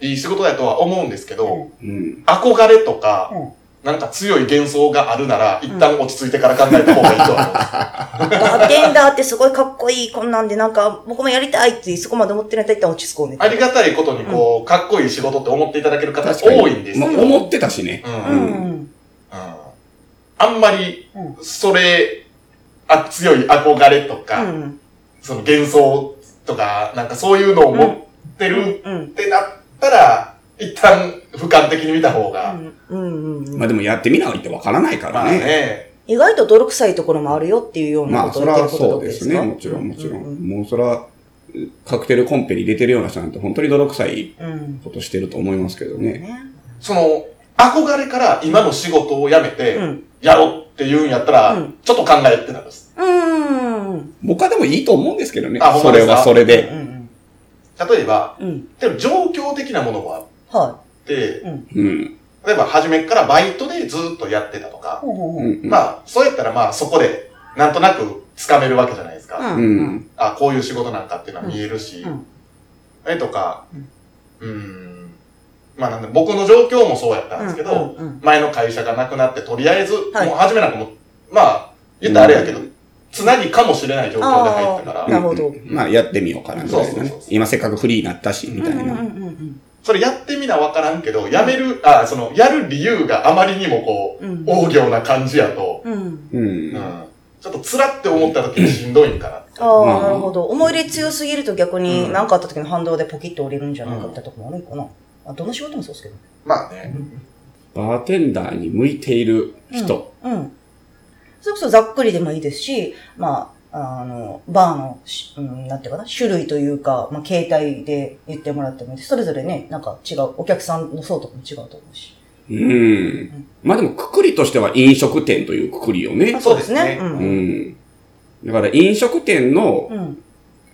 [SPEAKER 1] い仕事だとは思うんですけど、
[SPEAKER 3] うん
[SPEAKER 2] うん。
[SPEAKER 1] 憧れとか、
[SPEAKER 3] うん
[SPEAKER 1] なんか強い幻想があるなら、一旦落ち着いてから考えた方がいいとは思うん です。
[SPEAKER 3] バーテンダーってすごいかっこいいこんなんで、なんか、僕もやりたいって、そこまで思ってないと一旦落ち着こうね。
[SPEAKER 1] ありがたいことに、こう、かっこいい仕事って思っていただける方
[SPEAKER 2] 確かに。
[SPEAKER 1] 多いんですよ。
[SPEAKER 2] まあ思ってたしね。
[SPEAKER 1] うん
[SPEAKER 3] うんうん。
[SPEAKER 1] あんまり
[SPEAKER 3] う、
[SPEAKER 1] それ、あ、強い憧れと
[SPEAKER 3] う
[SPEAKER 1] か、
[SPEAKER 3] ん。
[SPEAKER 1] その幻想とか、なんかそういうのを持ってる
[SPEAKER 3] うん。
[SPEAKER 1] ってなったら、一旦俯瞰的に見た方が、
[SPEAKER 3] うんうん
[SPEAKER 2] まあでもやってみないとわからないか
[SPEAKER 1] ま
[SPEAKER 2] ら
[SPEAKER 1] あ
[SPEAKER 2] ね。
[SPEAKER 1] ね、
[SPEAKER 3] 意外と泥臭いところもあるよっていうような
[SPEAKER 2] ま
[SPEAKER 3] こ
[SPEAKER 2] あ
[SPEAKER 3] と
[SPEAKER 2] そ
[SPEAKER 3] を
[SPEAKER 2] れ
[SPEAKER 3] 言
[SPEAKER 2] は
[SPEAKER 3] ってるってこと
[SPEAKER 2] そう
[SPEAKER 3] で
[SPEAKER 2] ですす
[SPEAKER 3] か
[SPEAKER 2] ね。もちろんもちろ。
[SPEAKER 3] うんん
[SPEAKER 2] もうそれは、カクテルコンペに入れてるような人なんて本当に泥臭い
[SPEAKER 3] うんうん。
[SPEAKER 2] ことしてると思いますけどね。
[SPEAKER 3] ね
[SPEAKER 1] その、憧れから今の仕事を辞めて
[SPEAKER 3] うん、
[SPEAKER 1] やろうって言うんやった
[SPEAKER 3] う
[SPEAKER 1] ら
[SPEAKER 3] ん、
[SPEAKER 1] ちょっと考えってなるんです。
[SPEAKER 3] うん。
[SPEAKER 2] 僕はでもいいと思うんですけどね
[SPEAKER 1] あ。ほ
[SPEAKER 2] そ
[SPEAKER 1] んまで
[SPEAKER 2] れ
[SPEAKER 1] すか
[SPEAKER 2] はそれ
[SPEAKER 3] う
[SPEAKER 2] で。
[SPEAKER 3] ん
[SPEAKER 1] 例えば、
[SPEAKER 3] うん。うん。
[SPEAKER 1] でも状況的なものもあっ
[SPEAKER 3] は
[SPEAKER 1] て
[SPEAKER 3] い。、うん。
[SPEAKER 2] うん。
[SPEAKER 1] 例えば初めっからバイトでずっとやってたとか、
[SPEAKER 3] ほうほうほ
[SPEAKER 2] う
[SPEAKER 3] う。
[SPEAKER 2] ん。
[SPEAKER 1] まあ、そうやったらまあそこで、なんとなく掴めるわけじゃないですか。
[SPEAKER 3] うん
[SPEAKER 2] うん。
[SPEAKER 1] あ、こういう仕事なんかっていうのは見えるし、
[SPEAKER 3] うん
[SPEAKER 1] えとか
[SPEAKER 3] うん、
[SPEAKER 1] うーん、まあなんで僕の状況もそうやったんですけど、
[SPEAKER 3] うんうん
[SPEAKER 1] 前の会社がなくなって、とりあえず、
[SPEAKER 3] はい
[SPEAKER 1] もう初めなんかもう、まあ、言ったらあれやけど、つなぎかもしれない状況で入ったか
[SPEAKER 3] あーな
[SPEAKER 1] ら、
[SPEAKER 3] るほど
[SPEAKER 2] まあやってみようかなみたいな
[SPEAKER 1] そうそうそう
[SPEAKER 2] ね
[SPEAKER 1] そう。
[SPEAKER 2] 今せっかくフリーになったし、みた
[SPEAKER 3] うん
[SPEAKER 2] い
[SPEAKER 3] うんう
[SPEAKER 2] な。
[SPEAKER 3] んうん
[SPEAKER 1] それやってみなわからんけど、やめる、あ、その、やる理由があまりにもこう、
[SPEAKER 3] うん
[SPEAKER 1] 大行な感じやと、
[SPEAKER 3] うんうん。
[SPEAKER 2] うん
[SPEAKER 1] う。ん、ちょっとつらって思った時にしんどいんかなって。
[SPEAKER 3] あ
[SPEAKER 2] ま
[SPEAKER 3] あ、
[SPEAKER 2] あ
[SPEAKER 3] なるほど。思い入れ強すぎると逆
[SPEAKER 1] う
[SPEAKER 3] に
[SPEAKER 1] ん
[SPEAKER 3] 何かあった時の反動でポキッと折れるんじゃないかってとこもあるんかな。あどの仕事もそうですけど。
[SPEAKER 1] まあね。
[SPEAKER 2] バーテンダーに向いている人。
[SPEAKER 3] うん。それこそざっくりでもいいですし、まあ、あの、バーのし、うん、なんていうかな、種類というか、まあ、形態で言ってもらってもいいですそれぞれね、なんか違う、お客さんの層とかも違うと思うし。
[SPEAKER 2] うん。まあでも、くくりとしては飲食店というくくりよね。
[SPEAKER 1] そうですね
[SPEAKER 3] う。
[SPEAKER 2] うんん。だから飲食店の
[SPEAKER 3] う、ん。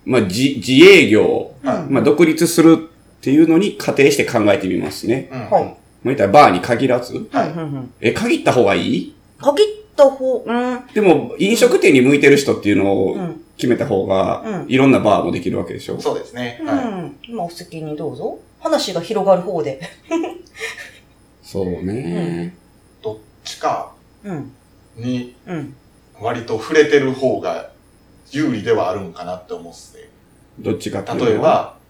[SPEAKER 2] まあ自、自営業、
[SPEAKER 1] は
[SPEAKER 2] まあ独立するっていうのに仮定して考えてみますね。
[SPEAKER 1] い。うん。
[SPEAKER 3] はい。
[SPEAKER 2] まあ言ったらバーに限らず。
[SPEAKER 1] はい
[SPEAKER 3] うんうんうん。
[SPEAKER 2] え、限った方がいい
[SPEAKER 3] 限った方、うん。
[SPEAKER 2] でも、飲食店に向いてる人っていうのを
[SPEAKER 3] うん
[SPEAKER 2] 決めた方が
[SPEAKER 3] う、ん
[SPEAKER 2] いろんなバーもできるわけでしょ。
[SPEAKER 1] そうですね。
[SPEAKER 3] う
[SPEAKER 1] はい。
[SPEAKER 3] ん。まあ、お好きにどうぞ。話が広がる方で。
[SPEAKER 2] そうね。
[SPEAKER 1] どっちか
[SPEAKER 3] うん。
[SPEAKER 1] に
[SPEAKER 3] うん。
[SPEAKER 1] 割と触れてる方が有利ではあるんかなって思うっすね。
[SPEAKER 2] どっちかっていう
[SPEAKER 1] 例え
[SPEAKER 2] のは。
[SPEAKER 1] ば、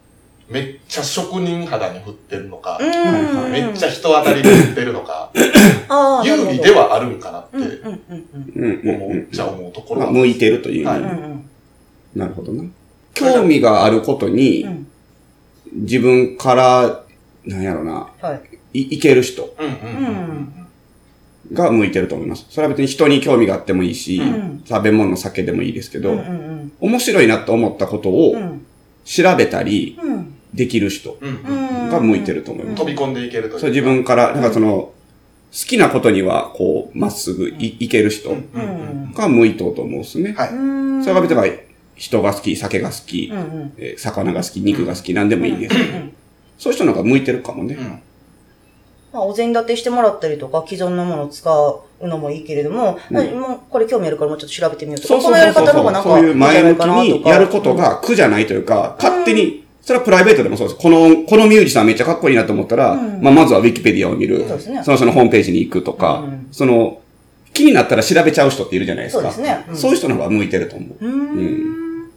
[SPEAKER 1] めっちゃ職人肌に振ってるのか、
[SPEAKER 2] は
[SPEAKER 3] うん。
[SPEAKER 1] めっちゃ人当たりに振ってるのか、
[SPEAKER 3] あー
[SPEAKER 1] 有利で。はあるんかなって
[SPEAKER 3] なるほどうんうんうん
[SPEAKER 2] うんうん
[SPEAKER 1] 思
[SPEAKER 2] う
[SPEAKER 1] っ
[SPEAKER 2] ん。
[SPEAKER 1] ちゃ思うところ
[SPEAKER 2] まあ、
[SPEAKER 1] は。
[SPEAKER 2] 向いてるという意
[SPEAKER 1] は
[SPEAKER 2] 味
[SPEAKER 1] い
[SPEAKER 3] うん。うん
[SPEAKER 2] なるほどな。興味があることに
[SPEAKER 3] うん。う、ん。
[SPEAKER 2] 自分から、なんやろな、
[SPEAKER 3] はい。
[SPEAKER 2] い、いける人
[SPEAKER 1] うんうんうんうんうん。
[SPEAKER 2] が向いてると思います。それは別に人に興味があってもいいし、
[SPEAKER 3] うん
[SPEAKER 2] 食べ物、酒でもいいですけど、
[SPEAKER 3] うんうん
[SPEAKER 2] 面白いなと思ったこと
[SPEAKER 3] うん。う
[SPEAKER 2] を
[SPEAKER 3] ん。
[SPEAKER 2] 調べたり
[SPEAKER 3] うん。
[SPEAKER 2] できる人
[SPEAKER 1] うんうん
[SPEAKER 3] が
[SPEAKER 2] が向いてると思います。
[SPEAKER 1] 飛び込んでいけるという
[SPEAKER 2] そう自分から、なんかその、好きなことには、こう、まっすぐいいける人
[SPEAKER 1] うんうんうん
[SPEAKER 2] が向いとうと思うんですね。
[SPEAKER 1] は
[SPEAKER 3] う
[SPEAKER 1] い。
[SPEAKER 3] ん
[SPEAKER 2] それが別にまあ、人が好き、酒が好き
[SPEAKER 3] うん、うん
[SPEAKER 2] えー魚が好き、肉が好き、何でもいいです。そういう人の方が向いてるかもね。
[SPEAKER 1] うん
[SPEAKER 3] まあ、お膳立てしてもらったりとか、既存のものを使うのもいいけれども、
[SPEAKER 2] うん
[SPEAKER 3] あもうこれ興味あるからもうちょっと調べてみようとか、
[SPEAKER 2] そうそう
[SPEAKER 3] このやり
[SPEAKER 2] そう
[SPEAKER 3] 方の
[SPEAKER 2] そ
[SPEAKER 3] 方が
[SPEAKER 2] う
[SPEAKER 3] なんか
[SPEAKER 2] そういう前向き
[SPEAKER 3] いいんじゃないかな
[SPEAKER 2] にやることが苦じゃないというか、勝手に、それはプライベートでもそうです。この、このミュージシャンめっちゃかっこいいなと思ったら、
[SPEAKER 3] うん
[SPEAKER 2] まあ、まずはウィキペディアを見る。
[SPEAKER 3] そうですね
[SPEAKER 2] の人のホームページに行くとか、
[SPEAKER 3] うん
[SPEAKER 2] その、気になったら調べちゃう人っているじゃないですか。
[SPEAKER 3] そうですねうん
[SPEAKER 2] そういう人の方が向いてると思う。
[SPEAKER 3] うーん。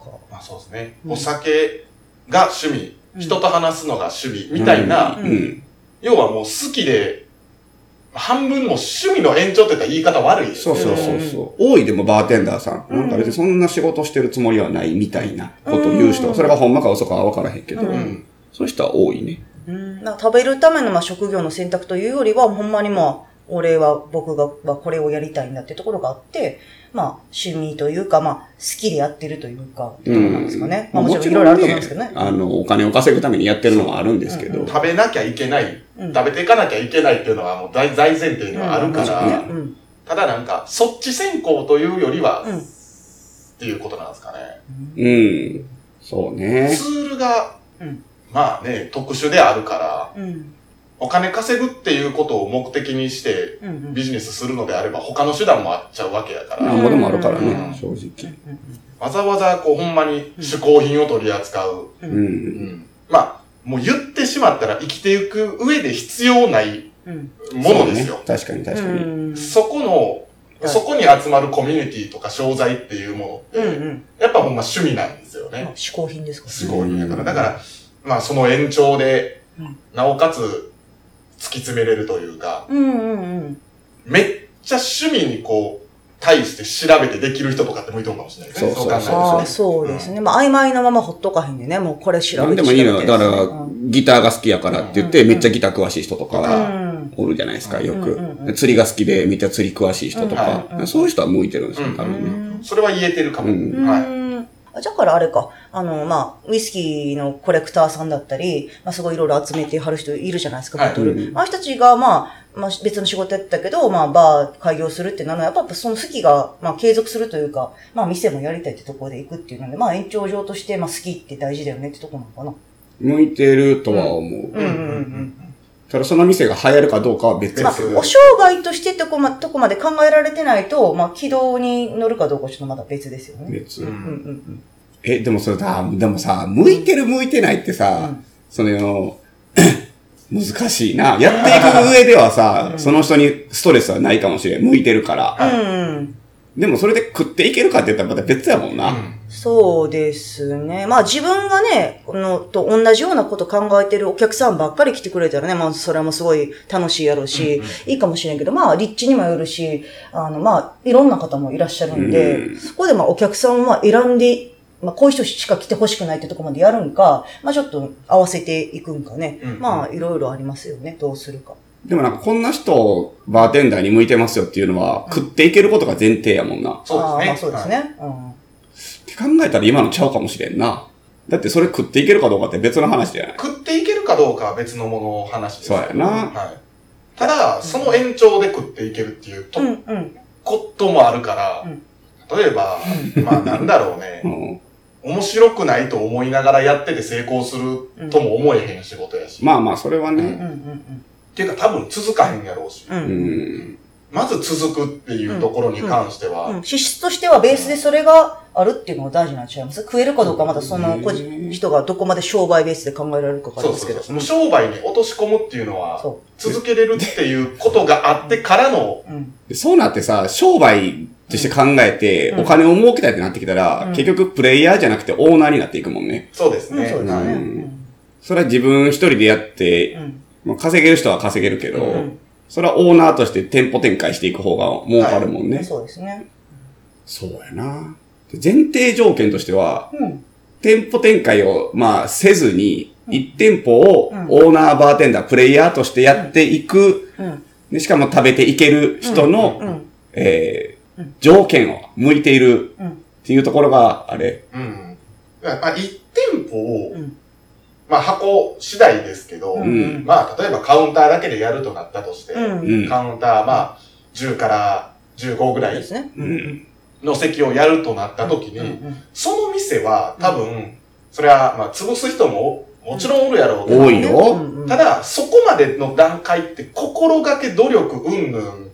[SPEAKER 3] そっか
[SPEAKER 1] まあそうですね。お酒が趣味、人と話すのが趣味みたいな
[SPEAKER 2] う、ん。
[SPEAKER 1] 要はもう好きで、半分も趣味の延長って言ったら言い方悪いです
[SPEAKER 2] そ
[SPEAKER 1] け
[SPEAKER 2] う
[SPEAKER 1] ど
[SPEAKER 2] そうそうそう。多いでもバーテンダーさん。なんか別にそんな仕事してるつもりはないみたいなことを言う人。
[SPEAKER 3] うん
[SPEAKER 2] それがほんまか嘘かは分からへんけど。
[SPEAKER 3] うん
[SPEAKER 1] うん。
[SPEAKER 2] そういう人は多いね。
[SPEAKER 3] うんなんか食べるためのまあ職業の選択というよりは、ほんまにまあ、俺は、僕が、まあ、これをやりたいんだってところがあって、まあ、趣味というか、まあ、好きでやってるというか、ってことなんですかね。まあ、もちろんいろいろあると思うんですけどね。
[SPEAKER 2] あの、お金を稼ぐためにやってるのはあるんですけど。
[SPEAKER 1] 食べなきゃいけない、
[SPEAKER 3] うん
[SPEAKER 1] 食べていかなきゃいけないっていうのはもう大財前提にはあるか
[SPEAKER 3] うん
[SPEAKER 1] ら、
[SPEAKER 3] うん
[SPEAKER 1] ただなんか、そっち先行というよりは、
[SPEAKER 3] うん
[SPEAKER 1] っていうことなんですかね。
[SPEAKER 2] うん。そうね。
[SPEAKER 1] ツールが
[SPEAKER 3] うん、
[SPEAKER 1] まあね、特殊であるから、
[SPEAKER 3] うん。
[SPEAKER 1] お金稼ぐっていうことを目的にして
[SPEAKER 3] うんうん
[SPEAKER 1] ビジネスするのであれば他の手段もあっちゃうわけやか
[SPEAKER 2] な
[SPEAKER 1] ら、
[SPEAKER 2] んぼでもあるから
[SPEAKER 1] う
[SPEAKER 2] ね
[SPEAKER 1] ん、
[SPEAKER 2] 正直。
[SPEAKER 1] わざわざこうほんまに嗜好品を取り扱う。
[SPEAKER 2] う
[SPEAKER 3] う。
[SPEAKER 2] んん。
[SPEAKER 1] まあ、もう言ってしまったら生きていく上で必要ない
[SPEAKER 3] うん。
[SPEAKER 1] ものですよ。
[SPEAKER 2] そうね確かに確かに。
[SPEAKER 1] そこの、
[SPEAKER 3] はい
[SPEAKER 1] そこに集まるコミュニティとか商材っていうもの
[SPEAKER 3] う
[SPEAKER 1] っ
[SPEAKER 3] ん
[SPEAKER 1] て、
[SPEAKER 3] うん。
[SPEAKER 1] やっぱほんま趣味なんですよ
[SPEAKER 3] ま
[SPEAKER 1] ね
[SPEAKER 3] あ。嗜好品ですから
[SPEAKER 1] すごい。だか
[SPEAKER 2] う
[SPEAKER 1] ら、
[SPEAKER 2] ん
[SPEAKER 1] だから、まあその延長で
[SPEAKER 3] うん、
[SPEAKER 1] なおかつ突き詰めれるというか、
[SPEAKER 3] うんうんうん。
[SPEAKER 1] めっちゃ趣味にこう、対して調べてできる人とかって向いてるかもしれないですね。
[SPEAKER 2] そう
[SPEAKER 1] 考える
[SPEAKER 2] そう
[SPEAKER 1] と
[SPEAKER 3] あ
[SPEAKER 1] ね
[SPEAKER 3] あ、そうですね。まあ、曖昧なままほっとかへんでね、もうこれ調
[SPEAKER 2] な
[SPEAKER 3] べ
[SPEAKER 2] ん
[SPEAKER 3] て。
[SPEAKER 2] でもいいのよ。
[SPEAKER 3] 調べ
[SPEAKER 2] だ
[SPEAKER 3] て
[SPEAKER 2] から、ギターが好きやからって言って、めっちゃギター詳しい人と
[SPEAKER 1] ら
[SPEAKER 2] か、
[SPEAKER 3] うん。
[SPEAKER 2] おるじゃないですか、よ
[SPEAKER 3] うんうんう
[SPEAKER 2] く。
[SPEAKER 3] ん
[SPEAKER 2] 釣りが好きで、めっちゃ釣り詳しい人と
[SPEAKER 3] うんう
[SPEAKER 2] か、
[SPEAKER 3] ん
[SPEAKER 2] そういう人は向いてるんですよ、
[SPEAKER 1] うん
[SPEAKER 2] 多
[SPEAKER 3] う
[SPEAKER 2] 分ね。
[SPEAKER 3] ん。
[SPEAKER 1] それは言えてるかも。
[SPEAKER 2] うん
[SPEAKER 1] はい。
[SPEAKER 3] あじゃあからあれか、あの、まあ、ウイスキーのコレクターさんだったり、まあ、すごいいろいろ集めてはる人いるじゃないですか、
[SPEAKER 1] はい
[SPEAKER 3] ボトル。
[SPEAKER 2] うん
[SPEAKER 3] あの人たちが、まあ、まあ、別の仕事やってたけど、まあ、バー開業するってなのは、やっぱその好きが、まあ、継続するというか、まあ、店もやりたいってところで行くっていうので、まあ、延長上として、まあ、好きって大事だよねってとこなのかな。
[SPEAKER 2] 向いてるとは思う。
[SPEAKER 3] うんうんうん。
[SPEAKER 2] ただその店が流行るかどうかは別
[SPEAKER 3] ま
[SPEAKER 2] で
[SPEAKER 3] あ
[SPEAKER 2] す。
[SPEAKER 1] そう、
[SPEAKER 3] お生涯としてとこま、とこまで考えられてないと、まあ、軌道に乗るかどうかちょっとまだ別ですよね。
[SPEAKER 2] 別
[SPEAKER 1] う
[SPEAKER 3] うんんうん
[SPEAKER 2] え、でもそれだ、でもさ、向いてる向いてないってさ、
[SPEAKER 3] うん
[SPEAKER 2] その、 難しいな。やっていく上ではさ、その人にストレスはないかもしれん。向いてるから。
[SPEAKER 3] うん。うんうん。
[SPEAKER 2] でもそれで食っていけるかって言ったらまた別やもんな。
[SPEAKER 3] そうですね。まあ自分がね、このと同じようなこと考えてるお客さんばっかり来てくれたらね、まあそれもすごい楽しいやろうし、いいかもしれんけど、まあ立地にもよるし、あのまあいろんな方もいらっしゃるんで、
[SPEAKER 2] うん
[SPEAKER 3] そこでまあお客さんは選んで、まあこういう人しか来てほしくないってとこまでやるんか、まあちょっと合わせていくんかね。
[SPEAKER 1] うん
[SPEAKER 3] まあいろいろありますよね、どうするか。
[SPEAKER 2] でもなんかこんな人、バーテンダーに向いてますよっていうのは、食っていけることが前提やもんな。っ
[SPEAKER 1] そうです
[SPEAKER 3] あー
[SPEAKER 1] ね。
[SPEAKER 3] まあそうです
[SPEAKER 1] はい。
[SPEAKER 3] ね。うん
[SPEAKER 2] て考えたら今のちゃうかもしれんな。だってそれ食っていけるかどうかって別の話じゃない。
[SPEAKER 1] 食っていけるかどうかは別のものの話です
[SPEAKER 2] そうやな
[SPEAKER 1] はい。ただ、その延長で食っていけるっていうと
[SPEAKER 3] うんうん。
[SPEAKER 1] こともあるから、
[SPEAKER 3] うん
[SPEAKER 1] 例えば、まあなんだろうね
[SPEAKER 2] う、ん。
[SPEAKER 1] 面白くないと思いながらやってて成功するとも思えへん仕事やし、
[SPEAKER 2] まあまあ、それはね
[SPEAKER 3] うんう。ん
[SPEAKER 1] っていうか多分続かへんやろうし、
[SPEAKER 3] うん。うん
[SPEAKER 2] うん。
[SPEAKER 1] まず続くっていうところに関しては、
[SPEAKER 3] うん、資質としてはベースでそれがあるっていうのが大事なんちゃいます食えるかどうかまだその個人人がどこまで商売ベースで考えられるかか
[SPEAKER 1] そ
[SPEAKER 3] で
[SPEAKER 1] うそ
[SPEAKER 3] す
[SPEAKER 1] う
[SPEAKER 3] け
[SPEAKER 1] そ
[SPEAKER 3] ど。
[SPEAKER 1] う。その商売に落とし込むっていうのは、
[SPEAKER 3] そ
[SPEAKER 1] 続けれるっていうことがあってからの、
[SPEAKER 3] う。うん。
[SPEAKER 2] でそうなってさ、商売として考えて、
[SPEAKER 3] うん
[SPEAKER 2] お金を儲けたいってなってきたら、
[SPEAKER 3] うん
[SPEAKER 2] 結局プレイヤーじゃなくてオーナーになっていくもんね。
[SPEAKER 1] そうです
[SPEAKER 3] うん、
[SPEAKER 1] ね。
[SPEAKER 3] そうですね。
[SPEAKER 2] それは自分一人でやっ
[SPEAKER 3] う
[SPEAKER 2] て、
[SPEAKER 3] ん。
[SPEAKER 2] まあ稼げる人は稼げるけど、
[SPEAKER 1] うん
[SPEAKER 2] それはオーナーとして店舗展開していく方が儲かるもんね。
[SPEAKER 3] うん。そうですね。
[SPEAKER 2] そうやな。で前提条件としては、
[SPEAKER 3] うん。
[SPEAKER 2] 店舗展開を、まあ、せずに、一店舗を
[SPEAKER 3] うん
[SPEAKER 2] オーナー、バーテンダー、プレイヤーとしてやっていく、
[SPEAKER 3] うん。
[SPEAKER 2] でしかも食べていける人の、
[SPEAKER 3] うん。
[SPEAKER 2] えー
[SPEAKER 3] うん
[SPEAKER 2] 条件を向いている
[SPEAKER 3] うん。
[SPEAKER 2] っていうところが、あれ、
[SPEAKER 1] うん。だからまあ、一店舗を、
[SPEAKER 3] うん
[SPEAKER 1] まあ、箱次第ですけど、
[SPEAKER 3] うん
[SPEAKER 1] まあ、例えばカウンターだけでやるとなったとして、
[SPEAKER 3] うん。
[SPEAKER 2] うん。
[SPEAKER 1] カウンター、まあ、10から15ぐら
[SPEAKER 3] で
[SPEAKER 1] い
[SPEAKER 3] すね。
[SPEAKER 2] うん。
[SPEAKER 1] の席をやるとなった時に、
[SPEAKER 3] うん。
[SPEAKER 1] その店は多分、それは、まあ、潰す人ももちろんおるやろうけど
[SPEAKER 2] 多いよ。
[SPEAKER 1] ただ、そこまでの段階って心がけ努力うんぬん、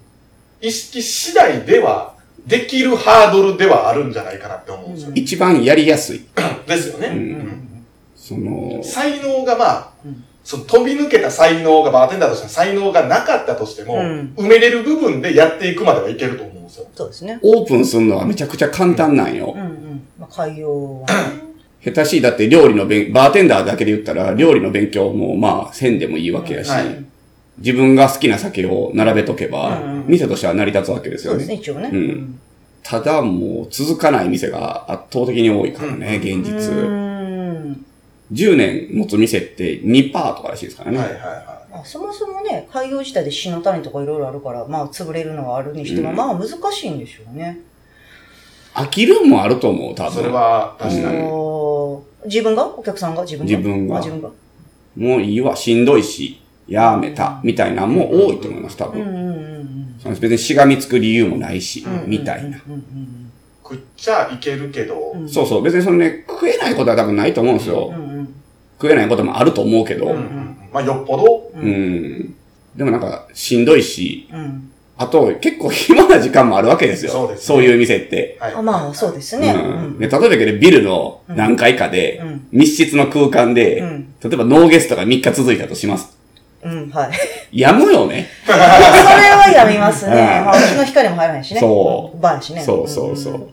[SPEAKER 1] 意識次第では、できるハードルではあるんじゃないかなって思うんですよ。
[SPEAKER 2] 一番やりやすい。
[SPEAKER 1] ですよね。
[SPEAKER 2] うん
[SPEAKER 3] うん。
[SPEAKER 2] その、
[SPEAKER 1] 才能がまあ、
[SPEAKER 3] うん
[SPEAKER 1] その飛び抜けた才能が、バーテンダーとしての才能がなかったとしても、
[SPEAKER 3] うん
[SPEAKER 1] 埋めれる部分でやっていくまではいけると思うんですよ。
[SPEAKER 3] そうですね。
[SPEAKER 2] オープンするのはめちゃくちゃ簡単なんよ
[SPEAKER 3] う。んうん。まあ、海洋は
[SPEAKER 2] 下手しい、だって料理の勉、バーテンダーだけで言ったら、料理の勉強もまあ、せんでもいいわけやし、
[SPEAKER 1] はい
[SPEAKER 2] 自分が好きな酒を並べとけば、
[SPEAKER 3] うんうん
[SPEAKER 2] 店としては成り立つわけです
[SPEAKER 3] そ
[SPEAKER 2] よ
[SPEAKER 3] うですね、
[SPEAKER 2] ね。
[SPEAKER 3] 一応ね。
[SPEAKER 2] うんただもう、続かない店が圧倒的に多いからね、現実。
[SPEAKER 3] うん。
[SPEAKER 2] 10年持つ店って2%とからしいですからね。
[SPEAKER 1] はいはいは
[SPEAKER 3] まあ、そもそもね、海洋自体で死の種とかいろいろあるから、まあ、潰れるのはあるにしても、
[SPEAKER 2] うん
[SPEAKER 3] まあ、難しいんでしょうね。
[SPEAKER 2] 飽きるんもあると思う、多
[SPEAKER 1] い。それ
[SPEAKER 2] 分。
[SPEAKER 1] は、確かに。
[SPEAKER 3] おー自分がお客さんが自分が
[SPEAKER 2] 自分が
[SPEAKER 3] あ自分が。
[SPEAKER 2] もういいわ、しんどいし、やめた、みたいなんも多いと思います、多
[SPEAKER 3] うん
[SPEAKER 2] 分。
[SPEAKER 3] うんうんうん。
[SPEAKER 2] その別にしがみつく理由もないし
[SPEAKER 3] うんうんうんう、ん
[SPEAKER 2] みたいな。
[SPEAKER 3] うんうん
[SPEAKER 1] 食っちゃいけるけど、
[SPEAKER 3] うん
[SPEAKER 2] そうそう。別にそのね、食えないことは多分ないと思うんですよ。
[SPEAKER 3] うんうん
[SPEAKER 2] 食えないこともあると思うけど。
[SPEAKER 1] うんうんまあよっぽど、
[SPEAKER 2] うん。でもなんか、しんどいし、
[SPEAKER 3] うん
[SPEAKER 2] あと、結構暇な時間もあるわけですよ。
[SPEAKER 1] そうですね
[SPEAKER 2] いう店って。
[SPEAKER 1] はい
[SPEAKER 3] あまあ、そうですね。
[SPEAKER 2] うんで例えばだけどビルの何階かで、
[SPEAKER 3] うん
[SPEAKER 2] 密室の空間で、
[SPEAKER 3] うん
[SPEAKER 2] 例えばノーゲストが3日続いたとします。
[SPEAKER 3] うん。うん、はい。
[SPEAKER 2] やむよね。
[SPEAKER 3] それはやみますね。
[SPEAKER 2] うん
[SPEAKER 3] まあ、うちの光も入らないしね。
[SPEAKER 2] そう
[SPEAKER 3] バーやしね。
[SPEAKER 2] そうそうそう。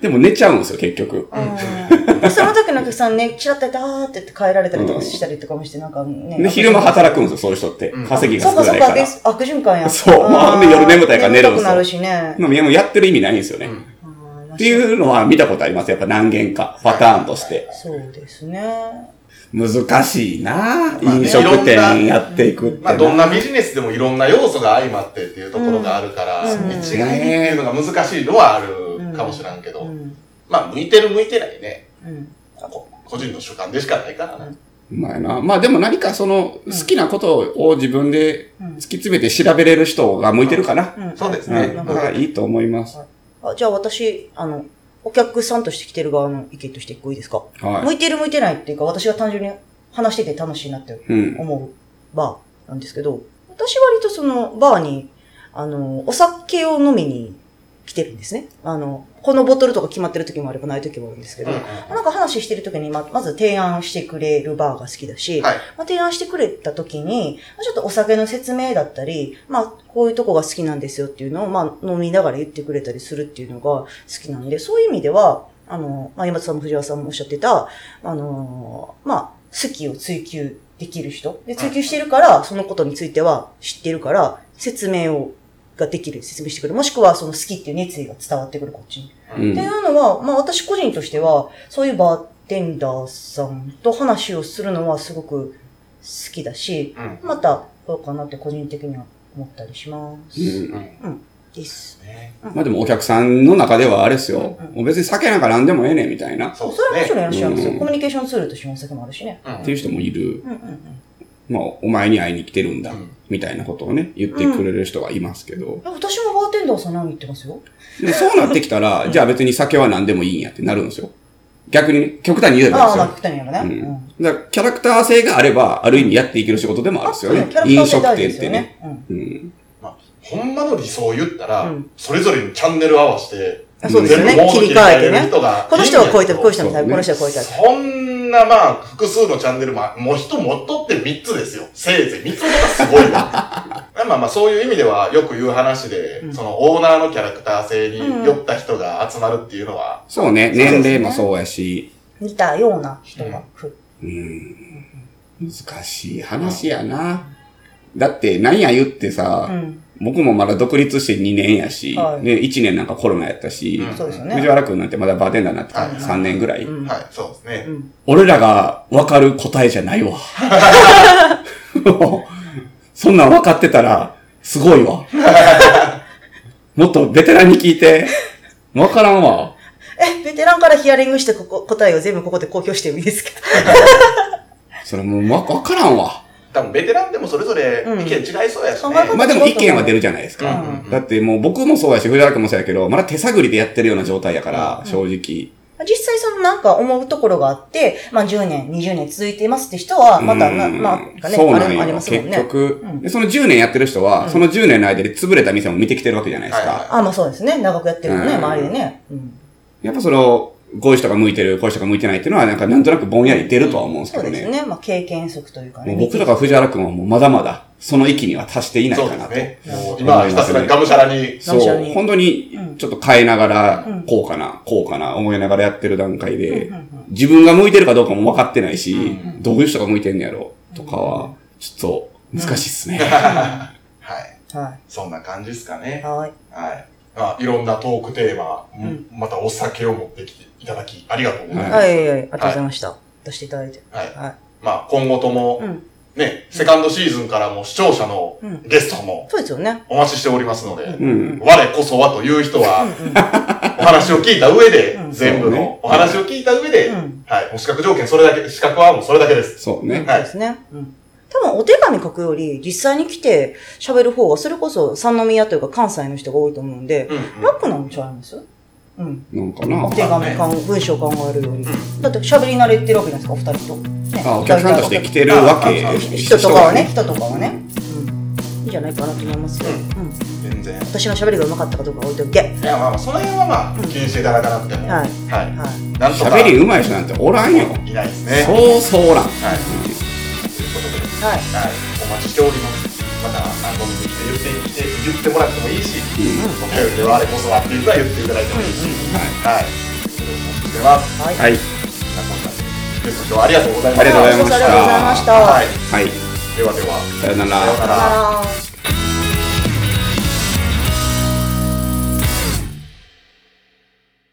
[SPEAKER 2] でも寝ちゃうんですよ、結局。
[SPEAKER 3] うん。でその時のお客さんね、ちらっとやって、あーって言って帰られたりとかしたりとかもして、なんかね。
[SPEAKER 2] で、昼間働くんで
[SPEAKER 3] ん
[SPEAKER 2] すよ、そういう人って
[SPEAKER 1] う。ん
[SPEAKER 2] 稼ぎが
[SPEAKER 3] そう
[SPEAKER 2] 少
[SPEAKER 3] か
[SPEAKER 2] な
[SPEAKER 3] そう
[SPEAKER 2] い
[SPEAKER 3] か、
[SPEAKER 2] か
[SPEAKER 3] で
[SPEAKER 2] ら。
[SPEAKER 3] 悪循環や。
[SPEAKER 2] そうまあほんで夜眠たいから寝るん
[SPEAKER 3] ん
[SPEAKER 2] ですよ
[SPEAKER 3] 眠たくなるしね。
[SPEAKER 2] でもややってる意味ないんですよね。
[SPEAKER 1] うん
[SPEAKER 3] うん
[SPEAKER 2] っていうのは見たことあります。やっぱ何件か、パターンとして。
[SPEAKER 3] そうですね。
[SPEAKER 2] 難しいなぁ
[SPEAKER 1] まあね
[SPEAKER 2] 飲食店やっていくって
[SPEAKER 1] ま
[SPEAKER 2] な。
[SPEAKER 1] あどんなビジネスでもいろんな要素が相まってっていうところがあるから、
[SPEAKER 3] うん
[SPEAKER 1] 一概にっていうのが難しいのはあるかもしらんけど、
[SPEAKER 3] うん。
[SPEAKER 1] まあ向いてる向いてないね、
[SPEAKER 3] うん。
[SPEAKER 1] こ個人の主観でしかないからな。
[SPEAKER 2] うまいな。まあでも何かその、好きなことを自分で
[SPEAKER 3] うん
[SPEAKER 2] 突き詰めて調べれる人が向いてるかな。
[SPEAKER 3] うん
[SPEAKER 1] そうです
[SPEAKER 2] は
[SPEAKER 1] ね
[SPEAKER 2] い。だからいいと思います。
[SPEAKER 3] あじゃあ私、あの、お客さんとして来てる側の意見として一個いいですか、
[SPEAKER 2] は
[SPEAKER 3] 向いてる向いてないっていうか、私が単純に話してて楽しいなって
[SPEAKER 2] い。うん。
[SPEAKER 3] 思うバーなんですけど、私割とそのバーに、あの、お酒を飲みに来てるんですね。あの、このボトルとか決まってる時もあればない時もあるんですけど、
[SPEAKER 1] うんうん
[SPEAKER 3] なんか話してる時にま、まず提案してくれるバーが好きだし、
[SPEAKER 1] はい。
[SPEAKER 3] まあ、提案してくれた時に、まあちょっとお酒の説明だったり、まあ、こういうとこが好きなんですよっていうのを、まあ、飲みながら言ってくれたりするっていうのが好きなんで、そういう意味では、あの、まあ、山田さんも藤原さんもおっしゃってた、あのーまあ、好きを追求できる人。で、追求してるから、そのことについては知ってるから、説明を、ができる、説明してくれる。もしくは、その好きっていう熱意が伝わってくる、こっちに。
[SPEAKER 2] う
[SPEAKER 3] ってい
[SPEAKER 2] ん。
[SPEAKER 3] うのは、まあ私個人としては、そういうバーテンダーさんと話をするのはすごく好きだし、
[SPEAKER 1] うん。
[SPEAKER 3] また、どうかなって個人的には思ったりします。
[SPEAKER 2] うん
[SPEAKER 1] うん
[SPEAKER 3] です。
[SPEAKER 1] ね
[SPEAKER 2] まあでもお客さんの中ではあれですよ
[SPEAKER 3] うんうん。
[SPEAKER 2] もう別に酒なんか何でもええねんみたいな。っ
[SPEAKER 1] そう
[SPEAKER 3] それはも
[SPEAKER 1] で
[SPEAKER 3] ち
[SPEAKER 1] す
[SPEAKER 3] ろん
[SPEAKER 1] ね。
[SPEAKER 3] いらっしゃいますよ。
[SPEAKER 2] うん
[SPEAKER 3] コミュニケーションツールとしてのお酒もあるしね。
[SPEAKER 1] うん
[SPEAKER 2] ていう人もいる。
[SPEAKER 3] うんうんうん。
[SPEAKER 2] まあお前に会いに来てるんだ
[SPEAKER 1] うん。
[SPEAKER 2] みたいなことをね、言ってくれる人がいますけど。
[SPEAKER 3] え私もバーテンダーさん何言ってますよ
[SPEAKER 2] でもそうなってきたら、じゃあ別に酒は何でもいいんやってなるんですよ。逆にね、極端に言えば
[SPEAKER 3] あ
[SPEAKER 2] で
[SPEAKER 3] あ、
[SPEAKER 2] す
[SPEAKER 3] まあ、
[SPEAKER 2] よ
[SPEAKER 3] 極端にやるね。。
[SPEAKER 2] う
[SPEAKER 3] うん
[SPEAKER 2] ん。だからキャラクター性があれば、ある意味やっていける仕事でもあるんですよ
[SPEAKER 3] あ
[SPEAKER 2] ね
[SPEAKER 3] そう。ね
[SPEAKER 2] 飲
[SPEAKER 3] キャ
[SPEAKER 2] 食
[SPEAKER 3] ラクター性大
[SPEAKER 2] 店
[SPEAKER 3] 事で
[SPEAKER 2] っ
[SPEAKER 3] す
[SPEAKER 2] て
[SPEAKER 3] よ
[SPEAKER 2] ね。。
[SPEAKER 3] うん
[SPEAKER 2] うん。
[SPEAKER 1] まあ、ほんまの理想を言ったら、
[SPEAKER 3] うん
[SPEAKER 1] それぞれにチャンネル合わせて、
[SPEAKER 3] あそうですよね
[SPEAKER 1] 全部モード
[SPEAKER 3] 切り替えてね
[SPEAKER 1] 切り人が
[SPEAKER 3] この人はこういった、こういう人のタイ
[SPEAKER 2] そう
[SPEAKER 3] プ、
[SPEAKER 2] ね
[SPEAKER 3] この人はこういったタイ
[SPEAKER 1] そんなまあ、複数のチャンネルも、もう人持っとって3つですよ。せいぜい3つのがすごいよ。 まあまあ、そういう意味では、よく言う話で、
[SPEAKER 3] うん
[SPEAKER 1] そのオーナーのキャラクター性に酔った人が集まるっていうのは、
[SPEAKER 2] そうね、
[SPEAKER 3] ですね
[SPEAKER 2] 年齢もそうやし、
[SPEAKER 3] プ。似たような人が来る。
[SPEAKER 2] うん。難しい話やな。だって、なんや言って
[SPEAKER 3] う
[SPEAKER 2] さ、
[SPEAKER 3] ん。
[SPEAKER 2] 僕もまだ独立して2年やし、
[SPEAKER 3] はい
[SPEAKER 2] ね、1年なんかコロナやったし、
[SPEAKER 1] うん
[SPEAKER 3] そうですよ
[SPEAKER 2] 藤
[SPEAKER 3] ね。
[SPEAKER 2] 原くんなんてまだバーテンダーになってか
[SPEAKER 1] は
[SPEAKER 2] ら
[SPEAKER 1] い
[SPEAKER 2] 3年ぐらい。
[SPEAKER 3] うん
[SPEAKER 1] はい、そうですね。
[SPEAKER 3] うん。
[SPEAKER 2] 俺らが分かる答えじゃないわ。 もうそんなん分かってたら、すごいわ。もっとベテランに聞いて、分からんわ。
[SPEAKER 3] え、ベテランからヒアリングしてここ答えを全部ここで公表してもいいですか
[SPEAKER 2] それもうわ分からんわ。
[SPEAKER 1] 多分ベテランでもそれぞれ意見違いそうやしね。
[SPEAKER 3] うん考え方
[SPEAKER 2] まあでも意見は出るじゃないですか。
[SPEAKER 1] うん
[SPEAKER 2] だってもう僕もそうやし、藤原君もそうやけど、まだ手探りでやってるような状態やから、正直。
[SPEAKER 3] 実際そのなんか思うところがあって、まあ10年、20年続いてますって人は、またな、
[SPEAKER 2] うん
[SPEAKER 3] まあ、なんかね、
[SPEAKER 2] そう
[SPEAKER 3] あ
[SPEAKER 2] なん
[SPEAKER 3] れもあり
[SPEAKER 2] よ。
[SPEAKER 3] ますもん
[SPEAKER 2] 結
[SPEAKER 3] ね。
[SPEAKER 2] 局
[SPEAKER 3] うん、
[SPEAKER 2] でその10年やってる人は、その10年の間で潰れた店も見てきてるわけじゃないです
[SPEAKER 1] はいはい
[SPEAKER 2] か。
[SPEAKER 3] あ、まあそうですね。長くやってると
[SPEAKER 2] うん
[SPEAKER 3] ね、周りでね。うん。
[SPEAKER 2] やっぱその、こういう人が向いてる、こういう人が向いてないっていうのは、なんかなんとなくぼんやり出るとは思うんですけ
[SPEAKER 3] そう
[SPEAKER 2] ど
[SPEAKER 3] です
[SPEAKER 2] ね。
[SPEAKER 3] ね。まあ経験則というか
[SPEAKER 2] も
[SPEAKER 3] ね。
[SPEAKER 2] う僕とか藤原くんはもうまだまだ、その域には達していない
[SPEAKER 1] そう
[SPEAKER 2] か
[SPEAKER 1] で
[SPEAKER 2] な
[SPEAKER 1] すね。もう
[SPEAKER 2] と。
[SPEAKER 1] 今はひたすらがむしゃらに。
[SPEAKER 2] そう
[SPEAKER 3] がむしゃらに
[SPEAKER 2] 本当
[SPEAKER 3] う
[SPEAKER 2] に
[SPEAKER 3] ん、
[SPEAKER 2] ちょっと変えながら、
[SPEAKER 3] うん
[SPEAKER 2] こうかな、こうかな、思いながらやってる段階で、
[SPEAKER 3] うんうんうん
[SPEAKER 2] 自分が向いてるかどうかも分かってないし、
[SPEAKER 1] うん
[SPEAKER 2] どういう人が向いてんのやろ、とかは、ちょっと、難し いっすね。
[SPEAKER 1] はい。
[SPEAKER 3] は
[SPEAKER 1] そんな感じですか
[SPEAKER 3] い。
[SPEAKER 1] ね。
[SPEAKER 3] はい。
[SPEAKER 1] はい。まあ、いろんなトークテーマ、
[SPEAKER 3] ん
[SPEAKER 1] またお酒を持ってきていただき、ありがとうございます。
[SPEAKER 2] は
[SPEAKER 3] はい、はい、ありがとうございました。出していただいて。
[SPEAKER 1] はい。
[SPEAKER 3] は
[SPEAKER 1] まあ、今後と
[SPEAKER 3] い。う
[SPEAKER 1] も、
[SPEAKER 3] ん。
[SPEAKER 1] ね、セカンドシーズンからも視聴者の
[SPEAKER 3] うん
[SPEAKER 1] ゲストも
[SPEAKER 3] そうですよね。
[SPEAKER 1] お待ちしておりますので、
[SPEAKER 2] うん。
[SPEAKER 1] 我こそはという人は、お話を聞いた上で
[SPEAKER 3] う、ん
[SPEAKER 1] 全部
[SPEAKER 2] そう
[SPEAKER 1] の
[SPEAKER 2] ね
[SPEAKER 1] お話を聞いた上で、
[SPEAKER 3] う
[SPEAKER 1] はい
[SPEAKER 3] ん。
[SPEAKER 1] もう資格条件それだけ、資格はもうそれだけです。
[SPEAKER 2] そう
[SPEAKER 3] そう
[SPEAKER 2] ね。
[SPEAKER 3] ですね。うん。多分お手紙書くより、実際に来て喋る方が、それこそ三宮というか関西の人が多いと思うんで、
[SPEAKER 1] うんうん
[SPEAKER 3] 楽なんちゃいますううん。
[SPEAKER 2] なんかな。
[SPEAKER 3] 手紙かん、文章考えるより。だって喋り慣れてるわけじゃないですか、お二人と。ね
[SPEAKER 2] あお客さんとして来てるわけ
[SPEAKER 3] あああ人とかはね、人とかはね。うん。いいんじゃないかなと思いますよ。うん。
[SPEAKER 1] 全然。
[SPEAKER 3] 私の喋りが上手かったかどうかは置いとけ。
[SPEAKER 1] いや、まあまあ、その辺はまあ、気にしていただかなくても。
[SPEAKER 3] はい
[SPEAKER 1] はい。
[SPEAKER 3] はい。
[SPEAKER 1] なんとか。
[SPEAKER 2] 喋り上手い人なんておらんよ。
[SPEAKER 1] いないですね。はい。
[SPEAKER 2] そうそうおらん。
[SPEAKER 1] ということで、
[SPEAKER 3] はい。
[SPEAKER 1] はい。お待ちしております。また、あの、見て言って、来て、言ってもらってもいいし、お便りではあれこそはっていうぐらい言っていただいてもいいし、はい。よろしくお願いします。
[SPEAKER 3] はい。
[SPEAKER 2] はい。
[SPEAKER 1] さあ今回ゲスト今日はありがとうございま
[SPEAKER 2] ありがとうございま
[SPEAKER 3] ありがとうございました。
[SPEAKER 1] はい。
[SPEAKER 2] はい。
[SPEAKER 1] ではでは。
[SPEAKER 2] さよな
[SPEAKER 1] さよう
[SPEAKER 2] ら。
[SPEAKER 1] なら。
[SPEAKER 3] あー